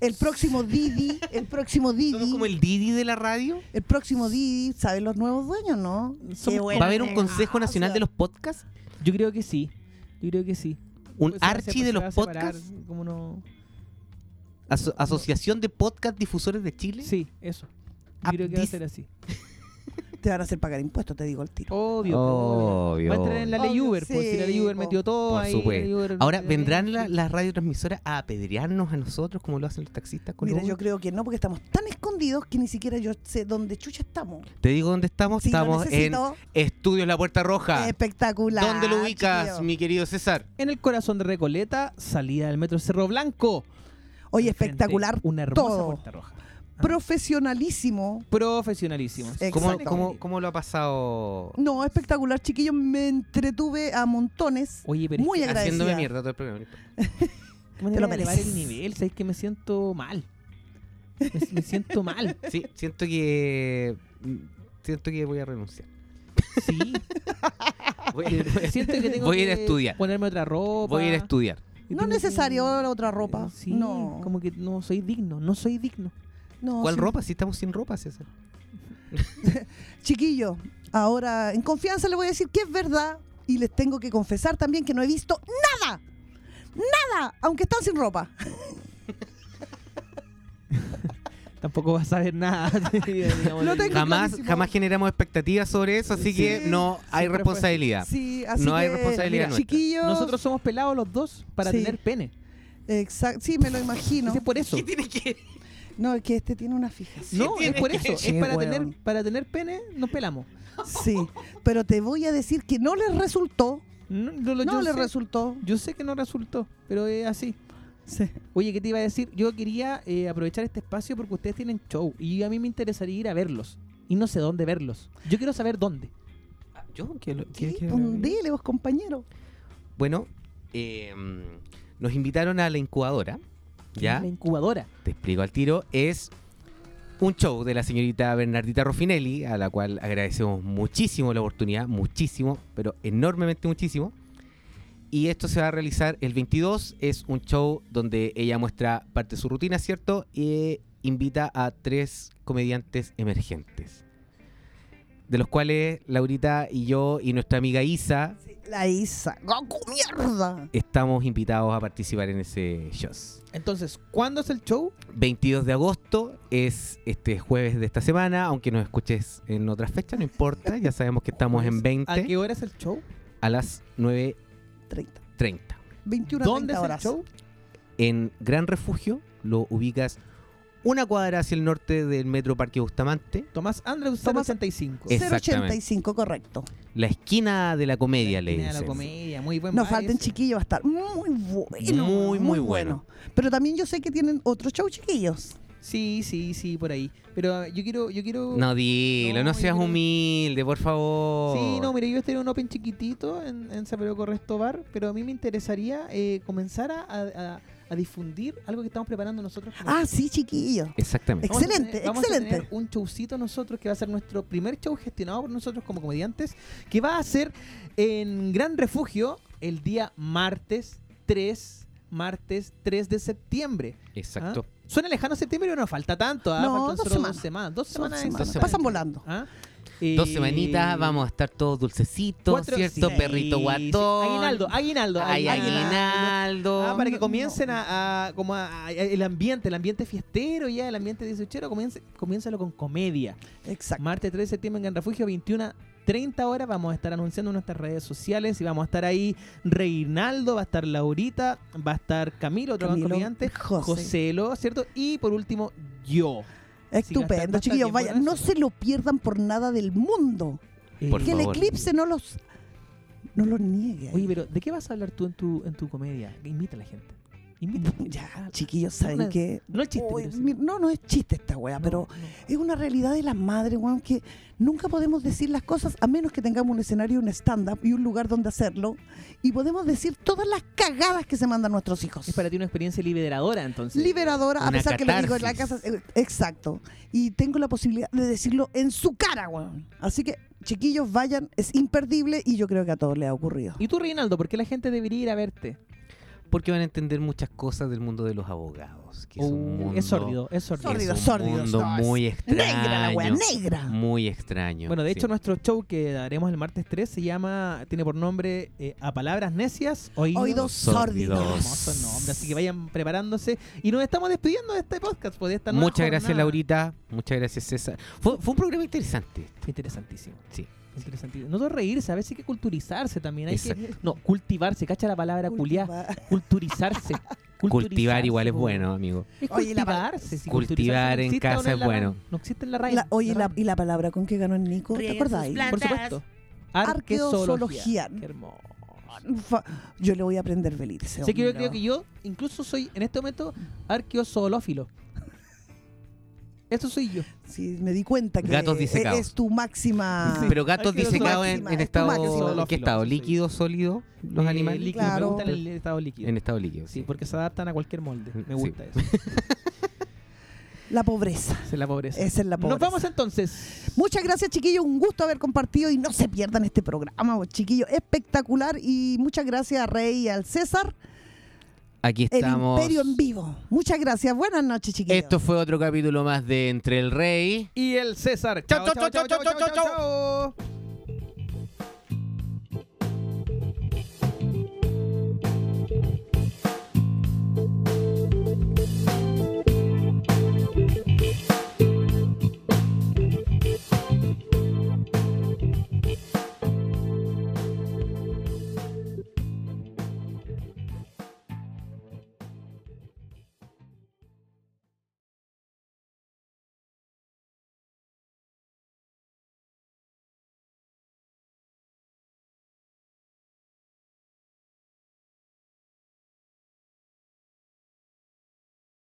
Speaker 3: El próximo Didi, el próximo Didi.
Speaker 1: ¿Somos como el Didi de la radio?
Speaker 3: El próximo Didi, ¿saben los nuevos dueños, no?
Speaker 2: Somos-
Speaker 3: Qué
Speaker 1: ¿Va a
Speaker 2: eh.
Speaker 1: haber un
Speaker 3: negocio.
Speaker 1: Consejo Nacional de los Podcasts?
Speaker 2: Yo creo que sí. Yo creo que sí.
Speaker 1: ¿Un
Speaker 2: Pues se va a
Speaker 1: Archie de
Speaker 2: separ- se
Speaker 1: los
Speaker 2: va a separar,
Speaker 1: Podcasts?
Speaker 2: Como no...
Speaker 1: Aso- ¿Asociación de Podcast Difusores de Chile?
Speaker 2: Sí, eso. Yo
Speaker 1: Ah,
Speaker 2: creo que va a
Speaker 1: dis-
Speaker 2: ser así.
Speaker 3: Te van a hacer pagar impuestos, te digo el
Speaker 1: Oh,
Speaker 3: tiro.
Speaker 2: Obvio.
Speaker 1: Obvio.
Speaker 2: Va a entrar en la ley
Speaker 3: Obvio,
Speaker 2: Uber, pues si la ley
Speaker 3: sí,
Speaker 2: Uber
Speaker 3: po.
Speaker 2: metió todo
Speaker 1: Por
Speaker 2: ahí.
Speaker 1: supuesto.
Speaker 2: la Uber
Speaker 1: Ahora,
Speaker 2: metió-
Speaker 1: ¿vendrán la- las radiotransmisoras a apedrearnos a nosotros como lo hacen los taxistas con
Speaker 3: Mira,
Speaker 1: Uber?
Speaker 3: yo creo que no, porque estamos tan escondidos que ni siquiera yo sé dónde chucha estamos.
Speaker 1: Te digo dónde estamos.
Speaker 3: Sí, lo
Speaker 1: estamos en
Speaker 3: necesito. eh,
Speaker 1: Estudios La Puerta Roja.
Speaker 3: Espectacular.
Speaker 1: ¿Dónde lo ubicas,
Speaker 3: chiquillo.
Speaker 1: mi querido César?
Speaker 2: En el corazón de Recoleta, salida del metro Cerro Blanco.
Speaker 3: Oye,
Speaker 2: Al frente,
Speaker 3: espectacular
Speaker 2: Una hermosa
Speaker 3: todo.
Speaker 2: puerta roja.
Speaker 1: Ah.
Speaker 3: Profesionalísimo.
Speaker 2: Profesionalísimo.
Speaker 3: Exacto.
Speaker 1: ¿Cómo, cómo, cómo lo ha pasado
Speaker 3: No, espectacular, chiquillo. Me entretuve a montones.
Speaker 1: Oh,
Speaker 2: Oye, pero es
Speaker 3: Muy
Speaker 2: que-
Speaker 1: haciéndome
Speaker 3: agradecida.
Speaker 1: mierda todo el programa?
Speaker 2: ¿qué manera
Speaker 3: lo
Speaker 2: de elevar
Speaker 3: mereces.
Speaker 2: el nivel, sabes que me siento mal. Me, me siento mal.
Speaker 1: Sí, siento que. mm, Siento que voy a renunciar.
Speaker 2: Sí.
Speaker 1: Voy,
Speaker 2: Eh, siento que tengo
Speaker 1: voy a
Speaker 2: que
Speaker 1: ir a estudiar.
Speaker 2: ponerme otra ropa.
Speaker 1: Voy a ir a estudiar.
Speaker 2: Y
Speaker 3: No
Speaker 2: tengo que-
Speaker 3: necesario la otra ropa.
Speaker 2: Sí,
Speaker 3: no.
Speaker 2: como que no soy digno, no soy digno.
Speaker 3: No,
Speaker 1: ¿Cuál
Speaker 3: Oh, sí.
Speaker 1: ropa? Si estamos sin ropa, César.
Speaker 3: Chiquillo, Ahora, en confianza les voy a decir que es verdad y les tengo que confesar también que no he visto nada. Nada, aunque están sin ropa.
Speaker 2: Tampoco vas a saber nada. digamos,
Speaker 3: Lo
Speaker 2: el-
Speaker 3: tengo-
Speaker 1: Jamás,
Speaker 3: clarísimo.
Speaker 1: jamás generamos expectativas sobre eso, así
Speaker 3: Sí,
Speaker 1: que no hay
Speaker 2: siempre fue.
Speaker 1: responsabilidad.
Speaker 3: Sí, así
Speaker 1: No hay
Speaker 3: que,
Speaker 1: responsabilidad nuestra.
Speaker 3: chiquillos.
Speaker 2: Nosotros somos pelados los dos para
Speaker 3: Sí.
Speaker 2: tener pene.
Speaker 3: Exact- sí, me lo imagino.
Speaker 2: Ese Es por eso.
Speaker 1: ¿Qué tiene que
Speaker 3: No, es que este tiene una fijación.
Speaker 2: No, es por eso.
Speaker 3: Sí,
Speaker 2: es para
Speaker 3: weón.
Speaker 2: tener, para tener pene, nos pelamos.
Speaker 3: Sí, pero te voy a decir que no les resultó.
Speaker 2: No, lo- lo-
Speaker 3: No
Speaker 2: yo,
Speaker 3: les
Speaker 2: sé,
Speaker 3: resultó.
Speaker 2: yo sé que no resultó, pero es así.
Speaker 3: Sí.
Speaker 2: Oye, ¿qué te iba a decir? Yo quería eh, aprovechar este espacio porque ustedes tienen show y a mí me interesaría ir a verlos. Y no sé dónde verlos. Yo quiero saber dónde. Ah,
Speaker 1: Yo
Speaker 3: Sí, un dile vos, compañero.
Speaker 1: Bueno, eh, nos invitaron a la incubadora. ¿Ya?
Speaker 2: La incubadora.
Speaker 1: Te explico al tiro. Es un show de la señorita Bernardita Ruffinelli, a la cual agradecemos muchísimo la oportunidad, muchísimo, pero enormemente muchísimo. Y esto se va a realizar el 22. Es un show donde ella muestra parte de su rutina, ¿cierto? Y eh, invita a tres comediantes emergentes. De los cuales Laurita y yo y nuestra amiga Isa
Speaker 3: La Isa. ¡Goku, mierda!
Speaker 1: estamos invitados a participar en ese show.
Speaker 2: Entonces, ¿cuándo es el show?
Speaker 1: 22 de agosto es este jueves de esta semana, aunque nos escuches en otras fechas, no importa, ya sabemos que estamos en
Speaker 2: Pues, ¿A qué
Speaker 1: 20
Speaker 2: hora es el show?
Speaker 1: a las 9.30
Speaker 3: 30. 21 a
Speaker 2: ¿Dónde
Speaker 3: 30
Speaker 2: es el
Speaker 3: horas.
Speaker 2: show?
Speaker 1: En Gran Refugio lo ubicas una cuadra hacia el norte del Metro Parque Bustamante,
Speaker 2: Tomás Andrews,
Speaker 3: Tomás-
Speaker 2: 65.
Speaker 1: Es-
Speaker 3: 085, correcto.
Speaker 1: la esquina de la comedia, le
Speaker 2: Esquina de la
Speaker 1: dicen.
Speaker 2: comedia, muy buen
Speaker 3: No
Speaker 2: bar
Speaker 3: falten,
Speaker 2: ese.
Speaker 3: chiquillos, va a estar muy bueno.
Speaker 1: Muy, muy bueno.
Speaker 3: Pero también yo sé que tienen otro show, chiquillos.
Speaker 2: Sí, sí, sí, por ahí. Pero ah, yo quiero, yo quiero.
Speaker 1: No, dilo,
Speaker 2: No,
Speaker 1: no
Speaker 2: yo
Speaker 1: seas
Speaker 2: creo-
Speaker 1: humilde, por favor.
Speaker 2: Sí, no, mira, yo estoy en un open chiquitito en, en Saperoco Corresto Bar, pero a mí me interesaría eh, comenzar a, a- a difundir algo que estamos preparando nosotros. como
Speaker 3: Ah, sí, chiquillos.
Speaker 1: Exactamente.
Speaker 3: Ex- Excelente,
Speaker 2: vamos a tener
Speaker 3: excelente.
Speaker 2: un showcito nosotros que va a ser nuestro primer show gestionado por nosotros como comediantes, que va a ser en Gran Refugio el día martes 3, martes 3 de septiembre.
Speaker 1: Exacto.
Speaker 2: ¿Ah? Suena lejano septiembre, pero no falta tanto. ¿ah?
Speaker 3: No,
Speaker 2: Faltan
Speaker 3: dos
Speaker 2: solo
Speaker 3: semanas.
Speaker 2: Dos semanas. Dos
Speaker 3: Dos
Speaker 2: semanas
Speaker 3: semanas.
Speaker 2: exactamente.
Speaker 3: Pasan volando.
Speaker 2: ¿Ah? Eh,
Speaker 1: Dos semanitas, vamos a estar todos dulcecitos,
Speaker 2: cuatro-
Speaker 1: ¿cierto?
Speaker 2: sí,
Speaker 1: Perrito
Speaker 2: sí.
Speaker 1: guatón.
Speaker 2: Aguinaldo, aguinaldo.
Speaker 1: Ay, aguinaldo.
Speaker 2: Ah, para que
Speaker 3: No,
Speaker 2: comiencen
Speaker 3: no.
Speaker 2: a, a- como a- a- el ambiente, el ambiente fiestero ya, el ambiente dieciochero, comience, comiénzalo con comedia.
Speaker 3: Exacto.
Speaker 2: Martes 3 de septiembre en Gran Refugio, 21 30 horas, vamos a estar anunciando en nuestras redes sociales y vamos a estar ahí Reinaldo, va a estar Laurita, va a estar Camilo, otro gran
Speaker 3: Camilo,
Speaker 2: comediante,
Speaker 3: José.
Speaker 2: Joselo, ¿cierto? Y por último, yo. va a estar- va
Speaker 3: Estupendo,
Speaker 2: a estar
Speaker 3: chiquillos.
Speaker 2: bien
Speaker 3: Vaya,
Speaker 2: bueno
Speaker 3: no
Speaker 2: eso.
Speaker 3: se lo pierdan por nada del mundo.
Speaker 1: Por
Speaker 3: que el
Speaker 1: favor.
Speaker 3: eclipse no los no los niegue.
Speaker 2: Oye, pero ¿de qué vas a hablar tú en tu, en tu comedia? Invita a la gente. Invita.
Speaker 3: ya, chiquillos, ¿saben qué?
Speaker 2: No el chiste.
Speaker 3: Uy,
Speaker 2: pero sí.
Speaker 3: mi- no, no es chiste esta weá,
Speaker 2: No,
Speaker 3: pero
Speaker 2: no.
Speaker 3: es una realidad de las madres, weón, que nunca podemos decir las cosas a menos que tengamos un escenario, un stand-up y un lugar donde hacerlo. Y podemos decir todas las cagadas que se mandan nuestros hijos.
Speaker 2: Es para ti una experiencia liberadora, entonces.
Speaker 3: Liberadora, a
Speaker 1: Una
Speaker 3: pesar que lo digo en la casa.
Speaker 1: catarsis.
Speaker 3: eh, Exacto. Y tengo la posibilidad de decirlo en su cara, weón. Así que, chiquillos, vayan, es imperdible y yo creo que a todos les ha ocurrido.
Speaker 2: ¿Y tú, Reinaldo, por qué la gente debería ir a verte?
Speaker 1: porque van a entender muchas cosas del mundo de los abogados. Que es, un
Speaker 2: Uh,
Speaker 1: mundo,
Speaker 2: es sórdido, es sórdido.
Speaker 3: Sórdido,
Speaker 1: es un
Speaker 3: sórdido,
Speaker 1: mundo
Speaker 3: no, es
Speaker 1: muy extraño.
Speaker 3: Negra la weá, negra.
Speaker 1: Muy extraño.
Speaker 2: Bueno, de
Speaker 1: sí.
Speaker 2: hecho, nuestro show que daremos el martes 3 se llama, tiene por nombre eh, A Palabras Necias, Oídos.
Speaker 3: Oídos
Speaker 1: sórdidos.
Speaker 3: sórdidos.
Speaker 2: Hermoso nombre, así que vayan preparándose. Y nos estamos despidiendo de este podcast, pues, de esta nueva
Speaker 1: Muchas gracias,
Speaker 2: jornada.
Speaker 1: Laurita. Muchas gracias, César. Fue, fue un programa interesante.
Speaker 2: Interesantísimo.
Speaker 1: Sí.
Speaker 2: Interesantísimo. No solo reírse, a veces hay que culturizarse también. Hay que,
Speaker 1: Exacto.
Speaker 2: no, cultivarse, cacha la palabra culiá. Culturizarse. pues,
Speaker 1: Cultivar igual es
Speaker 2: po.
Speaker 1: bueno, amigo.
Speaker 2: Es
Speaker 3: Oye, la pa-
Speaker 2: cultivarse.
Speaker 1: Cultivar
Speaker 2: si culturizarse no
Speaker 1: en
Speaker 2: existe ahora
Speaker 1: casa es
Speaker 2: la
Speaker 1: bueno.
Speaker 2: RAN. No existe en la RAE.
Speaker 3: La- oye, la- y la palabra con que ganó el Nico, ¿te acordáis?
Speaker 2: Por supuesto.
Speaker 3: Arqueozoología.
Speaker 2: Qué hermoso.
Speaker 3: Fa- Yo le voy a aprender velita. ese
Speaker 2: Sé que yo
Speaker 3: hombre.
Speaker 2: creo que yo incluso soy en este momento arqueozoolófilo. Eso soy yo.
Speaker 3: Sí, me di cuenta que
Speaker 1: Gatos
Speaker 3: e-
Speaker 1: disecados.
Speaker 3: es, tu máxima.
Speaker 2: Sí.
Speaker 1: Pero gatos
Speaker 2: Ah, Hay que
Speaker 1: disecados en,
Speaker 3: máxima,
Speaker 1: en
Speaker 3: es tu
Speaker 1: estado.
Speaker 3: máxima.
Speaker 1: ¿En qué estado? ¿Líquido, sólido? ¿Los
Speaker 2: Eh,
Speaker 1: animales?
Speaker 2: líquido,
Speaker 3: Claro.
Speaker 2: Me gusta el estado líquido.
Speaker 1: En estado líquido.
Speaker 2: este sí, porque se adaptan a cualquier molde. Me
Speaker 1: Sí.
Speaker 2: gusta eso.
Speaker 3: La pobreza.
Speaker 2: Esa es la pobreza.
Speaker 3: Esa es la pobreza.
Speaker 2: Nos vamos entonces.
Speaker 3: Muchas gracias, chiquillos. Un gusto haber compartido y no se pierdan este programa, pues, chiquillos. Espectacular. Y muchas gracias a Rey y al César.
Speaker 1: Aquí
Speaker 3: El
Speaker 1: estamos.
Speaker 3: Imperio en vivo. Muchas gracias. Buenas noches, chiquillos.
Speaker 1: Esto fue otro capítulo más de Entre el Rey.
Speaker 2: Y el César.
Speaker 1: Chao, chao, chao, chao, chao, chao, chao.
Speaker 2: chao.